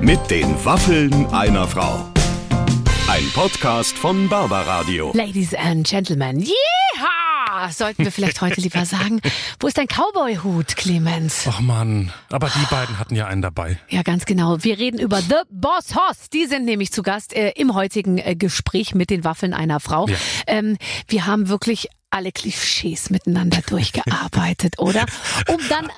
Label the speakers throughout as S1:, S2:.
S1: Mit den Waffeln einer Frau. Ein Podcast von Barbaradio.
S2: Ladies and Gentlemen, yeehaw! Sollten wir vielleicht heute lieber sagen. Wo ist dein Cowboy-Hut, Clemens?
S3: Och Mann, aber die beiden hatten ja einen dabei.
S2: Ja, ganz genau. Wir reden über The Boss Hoss. Die sind nämlich zu Gast äh, im heutigen äh, Gespräch mit den Waffeln einer Frau.
S3: Ja.
S2: Ähm, wir haben wirklich alle Klischees miteinander durchgearbeitet, oder? Um dann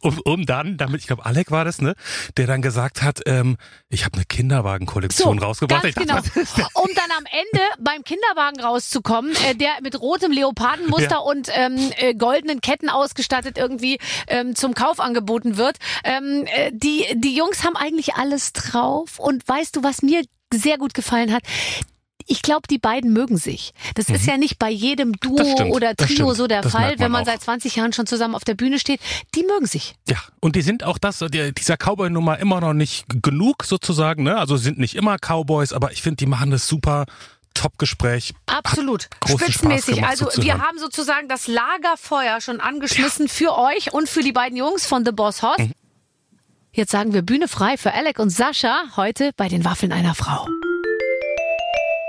S3: Um, um dann, damit, ich glaube, Alec war das, ne? Der dann gesagt hat, ähm, ich habe eine Kinderwagenkollektion rausgebracht.
S2: Ganz
S3: ich
S2: genau.
S3: dachte,
S2: Um dann am Ende beim Kinderwagen rauszukommen, äh, der mit rotem Leopardenmuster
S3: Ja.
S2: und ähm, äh, goldenen Ketten ausgestattet irgendwie ähm, zum Kauf angeboten wird. Ähm, äh, die, die Jungs haben eigentlich alles drauf. Und weißt du, was mir sehr gut gefallen hat? Ich glaube, die beiden mögen sich. Das ist ja nicht bei jedem Duo
S3: Mhm. Das stimmt,
S2: oder
S3: das
S2: Trio
S3: stimmt.
S2: so der
S3: Das
S2: Fall,
S3: merkt man
S2: wenn man
S3: auch.
S2: seit 20 Jahren schon zusammen auf der Bühne steht. Die mögen sich.
S3: ja, und die sind auch das, die, dieser Cowboy-Nummer immer noch nicht g- genug sozusagen, ne? Also sind nicht immer Cowboys, aber ich finde, die machen das super. Top-Gespräch.
S2: Absolut.
S3: großen Spaß
S2: Spitzenmäßig.
S3: gemacht,
S2: also wir
S3: zuzuhören.
S2: haben sozusagen das Lagerfeuer schon angeschmissen für euch und für die beiden Jungs von The Boss Hoss.
S3: Mhm.
S2: Jetzt sagen wir Bühne frei für Alec und Sascha heute bei den Waffeln einer Frau.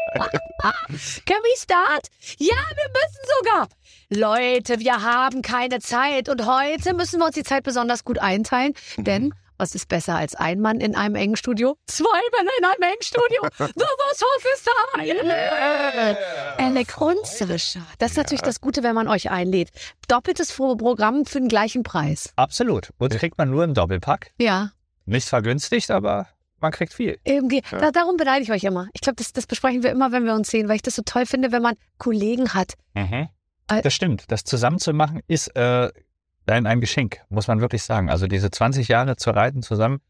S4: Can we start? Ja, wir müssen sogar. Leute, wir haben keine Zeit und heute müssen wir uns die Zeit besonders gut einteilen, denn was ist besser als ein Mann in einem engen Studio? Zwei Männer in einem engen Studio. So was Hoff ist da. Yeah. Alec Hunzwischer. Das ist natürlich das Gute, wenn man euch einlädt. Doppeltes Programm für den gleichen Preis.
S5: Absolut. Und kriegt man nur im Doppelpack.
S4: Ja.
S5: Nicht vergünstigt, aber man kriegt viel.
S4: Irgendwie, da, darum beneide ich euch immer. Ich glaube, das, das besprechen wir immer, wenn wir uns sehen, weil ich das so toll finde, wenn man Kollegen hat, Al-
S5: Das stimmt. Das zusammenzumachen ist äh, ein, ein Geschenk, muss man wirklich sagen. Also diese 20 Jahre zu reiten zusammen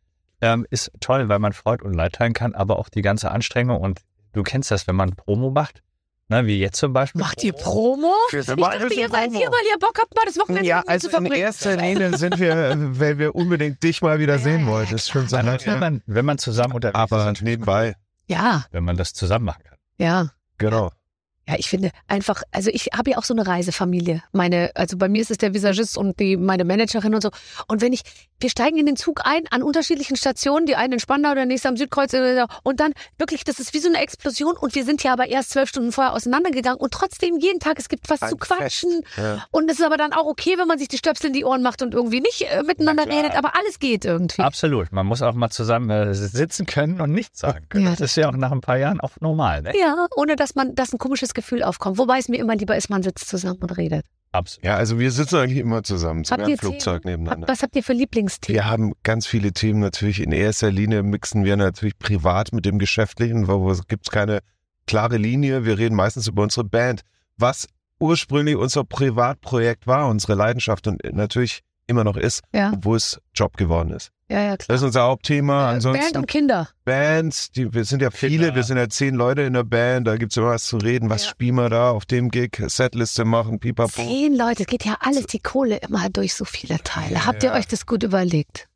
S5: ähm, ist toll, weil man Freude und Leid teilen kann, aber auch die ganze Anstrengung. Und du kennst das, wenn man Promo macht, ne, wie jetzt zum Beispiel.
S4: Macht ihr Promo?
S6: Wir sind
S4: ich
S6: mal- wir
S4: dachte,
S6: sind
S4: ihr seid
S6: Promo.
S4: hier, weil ihr Bock habt, mal das Wochenende
S6: Ja,
S4: mit mir
S6: also
S4: zu
S6: in
S4: verbringen.
S6: erster Linie sind wir, weil wir unbedingt dich mal wieder sehen wollten. Das stimmt.
S5: Nein, wenn, man, wenn man zusammen unterwegs ist,
S6: Aber
S5: natürlich,
S6: nebenbei,
S4: Ja,
S5: wenn man das zusammen machen kann.
S4: ja.
S6: genau.
S4: Ja, ich finde einfach, also ich habe ja auch so eine Reisefamilie. Meine, also bei mir ist es der Visagist und die, meine Managerin und so. Und wenn ich, wir steigen in den Zug ein an unterschiedlichen Stationen, die eine in Spandau, der nächste am Südkreuz äh, und dann wirklich, das ist wie so eine Explosion und wir sind ja aber erst zwölf Stunden vorher auseinandergegangen und trotzdem jeden Tag, es gibt was
S6: Ein
S4: zu quatschen.
S6: Fest, ja.
S4: Und es ist aber dann auch okay, wenn man sich die Stöpsel in die Ohren macht und irgendwie nicht äh, miteinander
S5: Na klar.
S4: redet, aber alles geht irgendwie.
S5: Absolut. Man muss auch mal zusammen äh, sitzen können und nichts sagen können.
S4: Ja,
S5: das,
S4: das
S5: ist ja auch nach ein paar Jahren auch normal. Ne?
S4: Ja, ohne dass man, dass ein komisches Gefühl aufkommt. Wobei es mir immer lieber ist, man sitzt zusammen und redet.
S5: Absolut.
S6: Ja, also wir sitzen eigentlich immer zusammen, sogar
S4: ihr
S6: im Flugzeug
S4: Themen? Habt-
S6: nebeneinander.
S4: Was habt ihr für Lieblingsthemen?
S6: Wir haben ganz viele Themen natürlich. In erster Linie mixen wir natürlich privat mit dem Geschäftlichen, wo es gibt keine klare Linie. Wir reden meistens über unsere Band, was ursprünglich unser Privatprojekt war, unsere Leidenschaft und natürlich immer noch ist,
S4: Ja,
S6: obwohl es Job geworden ist.
S4: ja, ja, klar.
S6: Das ist unser Hauptthema.
S4: Äh, Band
S6: Ansonsten
S4: und Kinder.
S6: Bands, die, wir sind ja viele,
S5: Kinder.
S6: wir sind ja zehn Leute in der Band, da gibt's immer was zu reden, was
S4: Ja.
S6: spielen wir da auf dem Gig, Setliste machen, pipapo.
S4: Zehn Leute, es geht ja alles die Kohle immer durch so viele Teile. Habt ihr euch das gut überlegt?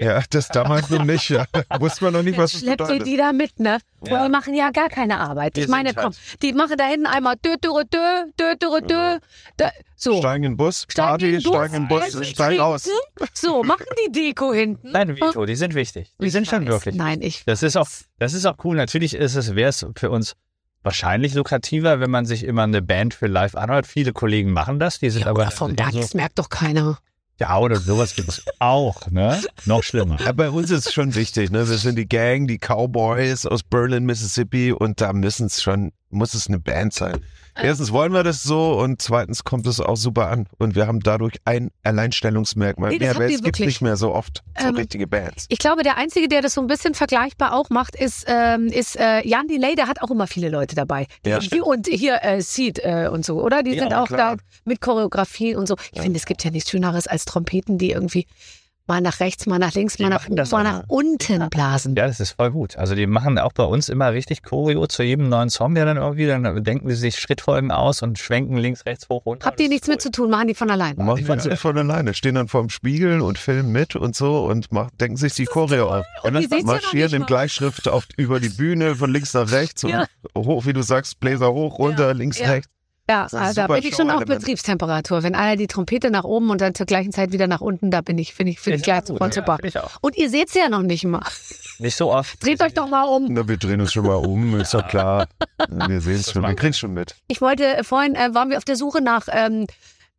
S6: Ja, das damals noch nicht, ja. wusste man noch nicht, was das
S4: Schleppt ihr
S6: bedeutet.
S4: die da mit, ne?
S5: Ja.
S4: Die machen ja gar keine Arbeit.
S6: Wir
S4: Ich meine,
S6: sind halt-
S4: komm, die machen da hinten einmal dö, dö, dö, dö, dö, dö, dö. So,
S6: Steigen in den Bus,
S4: Steigen in
S6: Party,
S4: den Bus,
S6: steigen in den Bus,
S4: essen,
S6: steigen aus.
S4: so, machen die Deko hinten.
S5: Nein, Vito, die sind wichtig. Die sind schon
S4: Weiß.
S5: wirklich.
S4: Nein, ich.
S5: Das ist auch, das ist auch cool. Natürlich ist es, wäre es für uns wahrscheinlich lukrativer, wenn man sich immer eine Band für live anhört. Viele Kollegen machen das, die sind
S4: Ja,
S5: aber
S4: oder
S6: also
S4: vom
S5: eher
S4: Dach, das merkt doch keiner.
S5: ja oder sowas gibt es auch, ne? Noch schlimmer.
S6: Ja, bei uns ist es schon wichtig, ne? Wir sind die Gang, die Cowboys aus Berlin, Mississippi und da müssen es schon, muss es eine Band sein. Erstens wollen wir das so und zweitens kommt es auch super an. Und wir haben dadurch ein Alleinstellungsmerkmal
S4: Nee, das
S6: mehr,
S4: habt
S6: weil
S4: ihr
S6: es gibt
S4: wirklich.
S6: nicht mehr so oft so
S4: Ähm,
S6: richtige Bands.
S4: Ich glaube, der Einzige, der das so ein bisschen vergleichbar auch macht, ist, ähm, ist äh, Jan Delay, der hat auch immer viele Leute dabei.
S6: Ja,
S4: die, und hier äh, Seed äh, und so, oder? Die
S5: Ja,
S4: sind auch
S6: klar.
S4: da mit Choreografie und so. Ich finde, es gibt ja nichts Schöneres als Trompeten, die irgendwie mal nach rechts, mal nach links, mal nach,
S5: machen das
S4: mal
S5: auch,
S4: nach unten blasen.
S5: Ja, das ist voll gut. Also die machen auch bei uns immer richtig Choreo zu jedem neuen Song, der dann irgendwie, dann denken sie sich Schrittfolgen aus und schwenken links, rechts, hoch, runter.
S4: Habt ihr
S5: Das ist
S4: nichts mit
S5: cool.
S4: zu tun, machen die von allein.
S6: Machen
S5: fand's-
S6: wir von alleine, stehen dann vorm Spiegel und filmen mit und so und machen, denken sich die Choreo auf. ne?
S4: Und die seht's ja noch
S6: marschieren
S4: nicht
S6: im
S4: mal.
S6: Gleichschrift auf, über die Bühne von links nach rechts
S4: Ja.
S6: und hoch, wie du sagst, Bläser hoch, runter, links,
S4: ja.
S6: rechts.
S4: Ja,
S6: Das ist eine
S4: also da
S6: super
S4: bin ich schon auf
S6: Show-Element.
S4: Betriebstemperatur. Wenn einer die Trompete nach oben und dann zur gleichen Zeit wieder nach unten, da bin ich, finde ich, finde ich gleich
S5: gut,
S4: voll super.
S5: finde ich auch.
S4: Und ihr seht's ja noch nicht mal.
S5: Nicht so oft.
S4: Dreht euch doch mal um.
S6: Na, wir drehen uns schon mal um, ist doch klar. Wir sehen es schon, wir kriegen schon mit.
S4: Ich wollte, äh, vorhin äh, waren wir auf der Suche nach, ähm,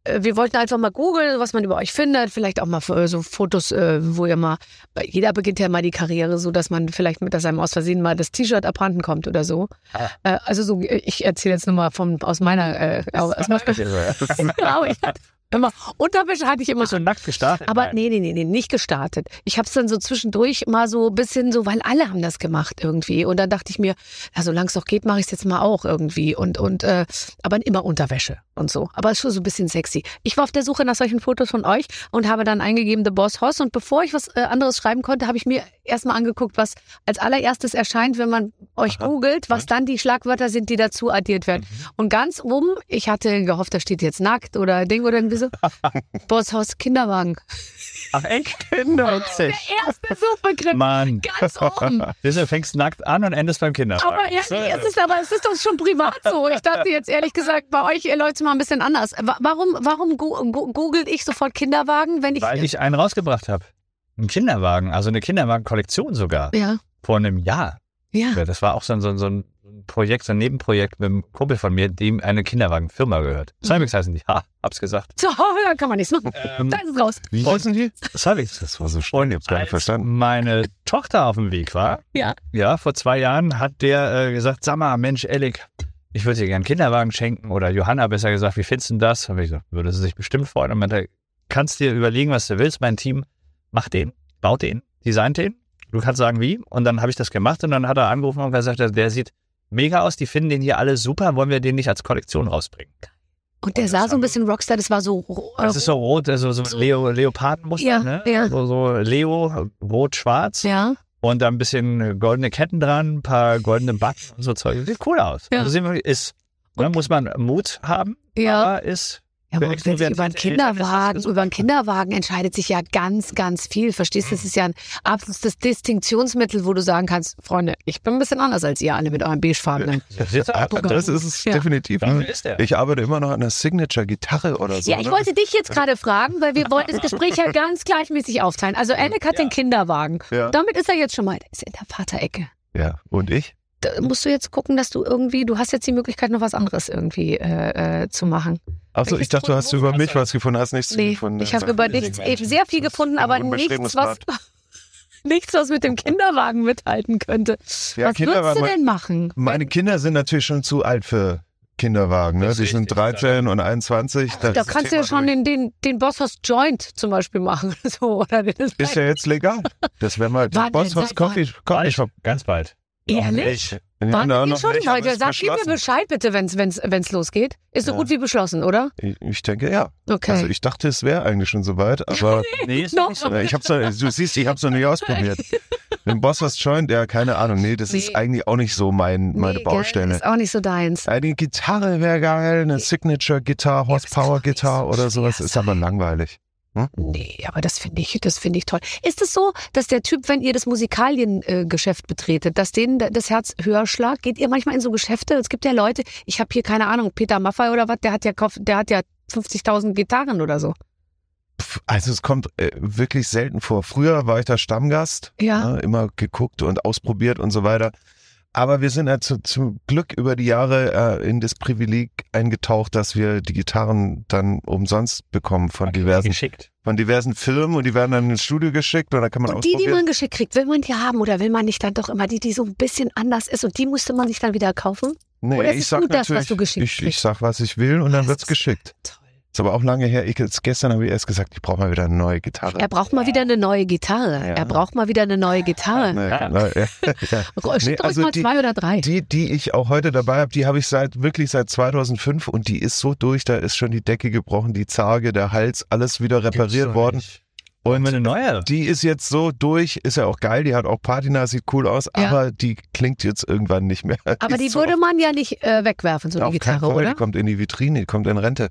S4: äh, wir wollten einfach mal googeln, was man über euch findet, vielleicht auch mal äh, so Fotos, äh, wo ihr mal, weil jeder beginnt ja mal die Karriere so, dass man vielleicht mit seinem aus Versehen mal das T-Shirt abhanden kommt oder so.
S5: Ah.
S4: Äh, also so, äh, ich erzähle jetzt nur mal vom, aus meiner, äh, aus meiner Genau, ich hatte immer, Unterwäsche hatte ich immer
S5: so
S4: schon.
S5: nackt gestartet.
S4: Aber
S5: Nein.
S4: nee, nee, nee, nee, nicht gestartet. Ich habe es dann so zwischendurch mal so ein bisschen so, weil alle haben das gemacht irgendwie. Und dann dachte ich mir, ja, solange es noch geht, mache ich es jetzt mal auch irgendwie. Und, und äh, aber immer Unterwäsche und so. Aber es ist schon so ein bisschen sexy. Ich war auf der Suche nach solchen Fotos von euch und habe dann eingegeben The Boss Hoss. Und bevor ich was äh, anderes schreiben konnte, habe ich mir erstmal angeguckt, was als allererstes erscheint, wenn man euch googelt, was dann die Schlagwörter sind, die dazu addiert werden. Und ganz oben, ich hatte gehofft, da steht jetzt nackt oder Ding oder irgendwie so. Boss Hoss Kinderwagen.
S5: Ach, echt? Kinderwitzig.
S4: erste Suchbegriff.
S5: Mann.
S4: Ganz oben.
S5: Deshalb fängst du nackt an und endest beim Kinderwagen.
S4: Aber ehrlich, es ist aber es ist doch schon privat so. Ich dachte jetzt ehrlich gesagt, bei euch ihr Leute mal ein bisschen anders. Wa- Warum, warum go go googelt ich sofort Kinderwagen, wenn ich.
S5: Weil ich einen rausgebracht habe. Einen Kinderwagen, also eine Kinderwagen-Kollektion sogar.
S4: ja,
S5: Vor einem Jahr.
S4: ja.
S5: Das war auch so ein, so ein, so ein Projekt, so ein Nebenprojekt mit einem Kumpel von mir, dem eine Kinderwagenfirma gehört. Cybex heißen die. Ha, hab's gesagt.
S4: So, da kann man nichts machen.
S5: Ähm,
S4: Da ist es raus.
S6: Wie heißen die?
S5: Cybex.
S6: Das war so schön, ich hab's gar nicht verstanden.
S5: meine Tochter auf dem Weg war,
S4: Ja.
S5: ja, vor zwei Jahren hat der äh, gesagt, sag mal, Mensch, Elik, ich würde dir gerne einen Kinderwagen schenken oder Johanna besser gesagt, wie findest du denn das? Habe ich gesagt, würde sie sich bestimmt freuen. Und meinte, kannst dir überlegen, was du willst, mein Team, mach den, baut den, designt den. Du kannst sagen, wie. Und dann habe ich das gemacht und dann hat er angerufen und gesagt, der sieht mega aus, die finden den hier alle super, wollen wir den nicht als Kollektion rausbringen.
S4: Und der
S5: das
S4: sah so ein
S5: haben-
S4: bisschen Rockstar, das war so. ro-
S5: Das ist so rot, also so,
S4: So-
S5: Leo, Leopardenmuster,
S4: Ja,
S5: ne?
S4: ja.
S5: So, so Leo, rot, schwarz.
S4: äh, Ja.
S5: Und da ein bisschen äh, goldene Ketten dran, ein paar goldene Button und so Zeug. Sieht cool aus.
S4: Ja.
S5: Also sehen wir, ist. Da muss man Mut haben,
S4: Ja.
S5: aber ist.
S4: Ja,
S5: für
S4: aber wenn sich
S5: extrovertierte
S4: über einen
S5: Eltern ist das
S4: Kinderwagen,
S5: super.
S4: über einen Kinderwagen entscheidet sich ja ganz, ganz viel. Verstehst
S5: Mhm.
S4: du? Das ist ja ein absolutes Distinktionsmittel, wo du sagen kannst, Freunde, ich bin ein bisschen anders als ihr alle mit eurem beigefarbenen.
S5: Das ist,
S6: Ah, Das ist es
S4: Ja.
S6: definitiv.
S5: dafür ist der.
S6: Hm. Ich arbeite immer noch an einer Signature-Gitarre oder so.
S4: Ja, ich
S6: ne?
S4: wollte dich jetzt gerade fragen, weil wir wollten das Gespräch ja ganz gleichmäßig aufteilen. Also Alec hat den Kinderwagen.
S6: Ja.
S4: Damit ist er jetzt schon mal, der ist in der Vaterecke.
S6: ja, und ich?
S4: Da musst du jetzt gucken, dass du irgendwie, du hast jetzt die Möglichkeit, noch was anderes irgendwie äh, äh, zu machen.
S6: Achso, ich dachte, du hast über mich was gefunden, hast nichts
S4: Nee,
S6: gefunden.
S4: ich habe über nichts, eben sehr viel gefunden,
S6: ein
S4: aber
S6: unbeschriebenes
S4: nichts, was, nichts, was mit dem Kinderwagen mithalten könnte.
S6: Ja,
S4: was würdest du
S6: Kinderwagen-
S4: denn machen?
S6: Meine Kinder sind natürlich schon zu alt für Kinderwagen. Ne?
S5: Das
S6: Die
S5: ist
S6: sind
S5: richtig,
S6: 13 und 21. das
S4: Da
S6: ist
S4: kannst du
S6: Thema
S4: ja schon
S6: durch.
S4: den, den, den Bosshaus Joint zum Beispiel machen. So, oder halt den
S6: Ist ja jetzt legal. Das wäre mal
S4: Wann denn?
S6: Bosshaus
S4: Seit wann?
S6: Coffee, Coffee Shop.
S5: ganz bald.
S4: Ehrlich?
S6: Ja,
S4: Wann
S6: na,
S4: geht
S6: noch
S4: schon,
S6: nicht, aber
S4: Leute?
S6: ist
S4: Sagt mir
S6: beschlossen.
S4: Bescheid bitte, wenn's, wenn's, wenn's losgeht. Ist so
S6: Ja.
S4: gut wie beschlossen, oder?
S6: Ich- Ich denke, ja.
S4: Okay.
S6: Also ich dachte, es wäre eigentlich schon soweit, aber
S5: Nee, ist
S4: No.
S5: nicht so.
S6: Ja, ich hab's noch, du siehst, ich hab's noch nicht ausprobiert. Ein Boss was joint, ja, keine Ahnung. Nee, das ist
S4: Nee.
S6: eigentlich auch nicht so mein, meine
S4: gell?
S6: Baustelle.
S4: Ist auch nicht so deins.
S6: Eine Gitarre wäre geil, eine Signature-Gitar, Horsepower-Gitar
S4: doch nicht so
S6: oder sowas.
S4: schwer
S6: Ist aber
S4: sein.
S6: langweilig.
S4: Nee, aber das finde ich, das finde ich toll. Ist es so, dass der Typ, wenn ihr das Musikaliengeschäft betretet, dass denen da- das Herz höher schlagt? Geht ihr manchmal in so Geschäfte? Es gibt ja Leute, ich habe hier keine Ahnung, Peter Maffay oder was, der hat ja, Kopf- der hat ja 50.000 Gitarren oder so.
S6: Also es kommt äh, wirklich selten vor. Früher war ich da Stammgast,
S4: Ja.
S6: ne, immer geguckt und ausprobiert und so weiter. Aber wir sind ja zu, zum Glück über die Jahre äh, in das Privileg eingetaucht, dass wir die Gitarren dann umsonst bekommen von diversen
S5: Geschickt.
S6: von diversen Filmen und die werden dann ins Studio geschickt und da kann man
S4: Und die, die
S6: ausprobieren.
S4: man geschickt kriegt, will man die haben oder will man nicht dann doch immer die, die so ein bisschen anders ist und die musste man sich dann wieder kaufen?
S6: nee,
S4: oder ist es gut, das, was du geschickt
S6: ich, ich
S4: kriegst?
S6: sag, was ich will und dann
S4: Das
S6: wird's
S4: ist-
S6: geschickt.
S4: Toll.
S6: Ist aber auch lange her. Ich, jetzt gestern habe ich erst gesagt, ich brauche mal wieder eine neue Gitarre.
S4: Er braucht mal wieder eine neue Gitarre.
S6: Ja.
S4: Er braucht mal wieder eine neue Gitarre.
S6: Nee, genau, ja. ja.
S4: Ro-
S6: Nee,
S4: Drück
S6: also
S4: mal
S6: die-
S4: zwei oder drei.
S6: Die, die ich auch heute dabei habe, die habe ich seit wirklich seit 2005 und die ist so durch, da ist schon die Decke gebrochen, die Zarge, der Hals, alles wieder repariert worden.
S5: Und eine neue.
S6: Die ist jetzt so durch, ist ja auch geil, die hat auch Patina, sieht cool aus,
S4: Ja.
S6: aber die klingt jetzt irgendwann nicht mehr.
S4: Aber die
S6: ist so
S4: würde man ja nicht äh, wegwerfen, so eine
S6: auf keinen
S4: Gitarre,
S6: Fall. Die
S4: oder?
S6: kommt in die Vitrine, die kommt in Rente.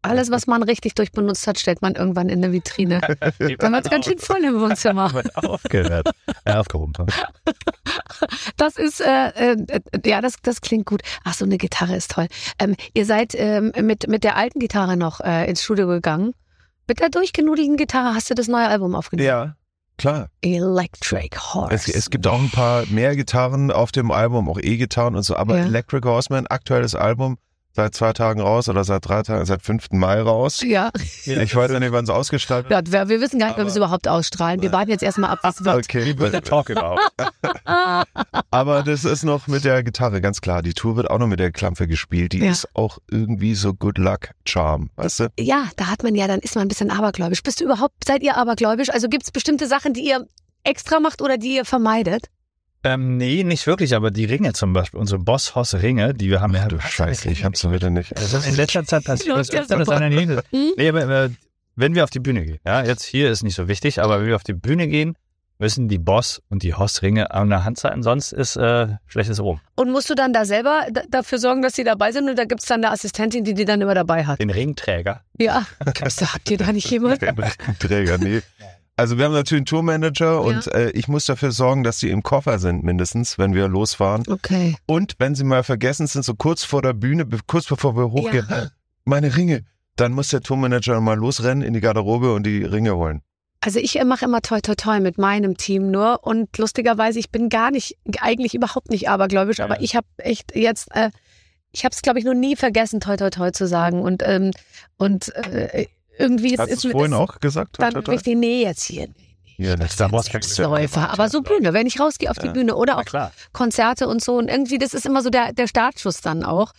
S4: Alles, was man richtig durchbenutzt hat, stellt man irgendwann in eine Vitrine. Dann hat es ganz schön voll im Wohnzimmer.
S5: Wird aufgehört. Äh, aufgehoben.
S4: Das ist, äh, äh, ja, das, das klingt gut. Ach, so eine Gitarre ist toll. Ähm, ihr seid ähm, mit, mit der alten Gitarre noch äh, ins Studio gegangen. Mit der durchgenudigen Gitarre hast du das neue Album aufgenommen.
S6: Ja, klar.
S4: Electric Horse.
S6: Es, es gibt auch ein paar mehr Gitarren auf dem Album, auch E-Gitarren und so. Aber
S4: Ja.
S6: Electric Horseman, aktuelles Album, seit zwei Tagen raus oder seit drei Tagen, seit 5. Mai raus.
S4: ja,
S6: Ich weiß ja nicht, wann es ausgestrahlt wird.
S4: ja, wir wir wissen gar nicht, ob wir es überhaupt ausstrahlen. Wir warten jetzt erstmal ab, was wird.
S6: Okay,
S5: Der Talk überhaupt.
S4: Ah,
S6: aber das ist noch mit der Gitarre, ganz klar. Die Tour wird auch noch mit der Klampfe gespielt. Die
S4: Ja.
S6: ist auch irgendwie so Good Luck Charm, weißt du?
S4: ja, da hat man ja, dann ist man ein bisschen abergläubisch. Bist du überhaupt, seid ihr abergläubisch? Also gibt es bestimmte Sachen, die ihr extra macht oder die ihr vermeidet?
S5: Ähm, nee, nicht wirklich, aber die Ringe zum Beispiel, unsere Boss-Hoss-Ringe, die wir haben. ja,
S6: Ach du Scheiße, ich hab's wieder nicht.
S5: Das ist in letzter Zeit passiert.
S4: Ja,
S5: Das
S4: der
S5: öfter, dass
S4: Super.
S5: einer nicht hingeht.
S4: Hm?
S5: Nee, aber äh, wenn wir auf die Bühne gehen, ja, jetzt hier ist nicht so wichtig, aber wenn wir auf die Bühne gehen, müssen die Boss und die Hoss-Ringe an der Hand sein, sonst ist äh, schlechtes Rum.
S4: Und musst du dann da selber da, dafür sorgen, dass die dabei sind? Und da gibt's dann eine Assistentin, die die dann immer dabei hat.
S5: Den Ringträger.
S4: Ja, glaubst du, habt ihr da nicht jemanden?
S6: Träger, nee. Also wir haben natürlich einen Tourmanager und äh, ich muss dafür sorgen, dass die im Koffer sind mindestens, wenn wir losfahren.
S4: Okay.
S6: Und wenn sie mal vergessen sind, so kurz vor der Bühne, be- kurz bevor wir hochgehen, meine Ringe, dann muss der Tourmanager mal losrennen in die Garderobe und die Ringe holen.
S4: Also ich mache immer toi toi toi mit meinem Team nur und lustigerweise ich bin gar nicht eigentlich überhaupt nicht abergläubisch,
S5: Ja.
S4: aber ich habe echt jetzt äh, ich habe es glaube ich noch nie vergessen toi toi toi zu sagen und ähm, und äh, irgendwie ist,
S6: Hast du es
S4: ist mir
S6: vorhin
S4: das
S6: auch gesagt?
S4: dann richtig nee jetzt hier
S6: Ja,
S5: Das ist der Boss.
S4: Läufer, aber so Bühne, wenn ich rausgehe auf die
S6: Ja.
S4: Bühne oder
S5: Na
S4: auch
S5: klar.
S4: Konzerte und so. Und irgendwie, das ist immer so der, der Startschuss dann auch.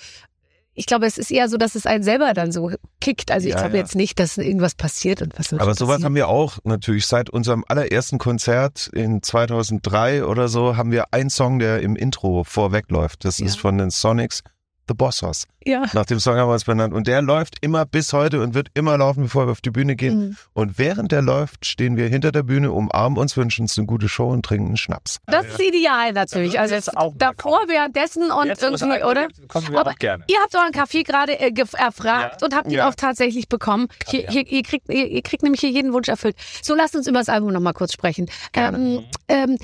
S4: Ich glaube, es ist eher so, dass es einen selber dann so kickt. Also ich
S6: Ja,
S4: glaube
S6: ja.
S4: jetzt nicht, dass irgendwas passiert und was
S6: Aber sowas
S4: passiert.
S6: haben wir auch natürlich. Seit unserem allerersten Konzert in 2003 oder so haben wir einen Song, der im Intro vorwegläuft. Das
S4: Ja.
S6: ist von den Sonics, The Boss Hoss.
S4: Ja.
S6: Nach dem Song haben wir uns benannt. Und der läuft immer bis heute und wird immer laufen, bevor wir auf die Bühne gehen.
S4: Mhm.
S6: Und während der läuft, stehen wir hinter der Bühne, umarmen uns, wünschen uns eine gute Show und trinken einen Schnaps.
S4: Das ist ideal natürlich. Also
S5: Jetzt auch mal
S4: davor,
S5: kommen.
S4: währenddessen und
S5: Jetzt muss
S6: halt
S4: irgendwie,
S5: einer-
S4: oder?
S5: Kommen wir
S4: Aber-
S5: auch gerne.
S4: Ihr habt euren Kaffee gerade äh, gef- erfragt
S5: Ja.
S4: und habt ihn
S6: Ja.
S4: auch tatsächlich bekommen. Hier, hier, ihr, kriegt, ihr, ihr kriegt nämlich hier jeden Wunsch erfüllt. So, lasst uns über das Album nochmal kurz sprechen. Ähm, ähm,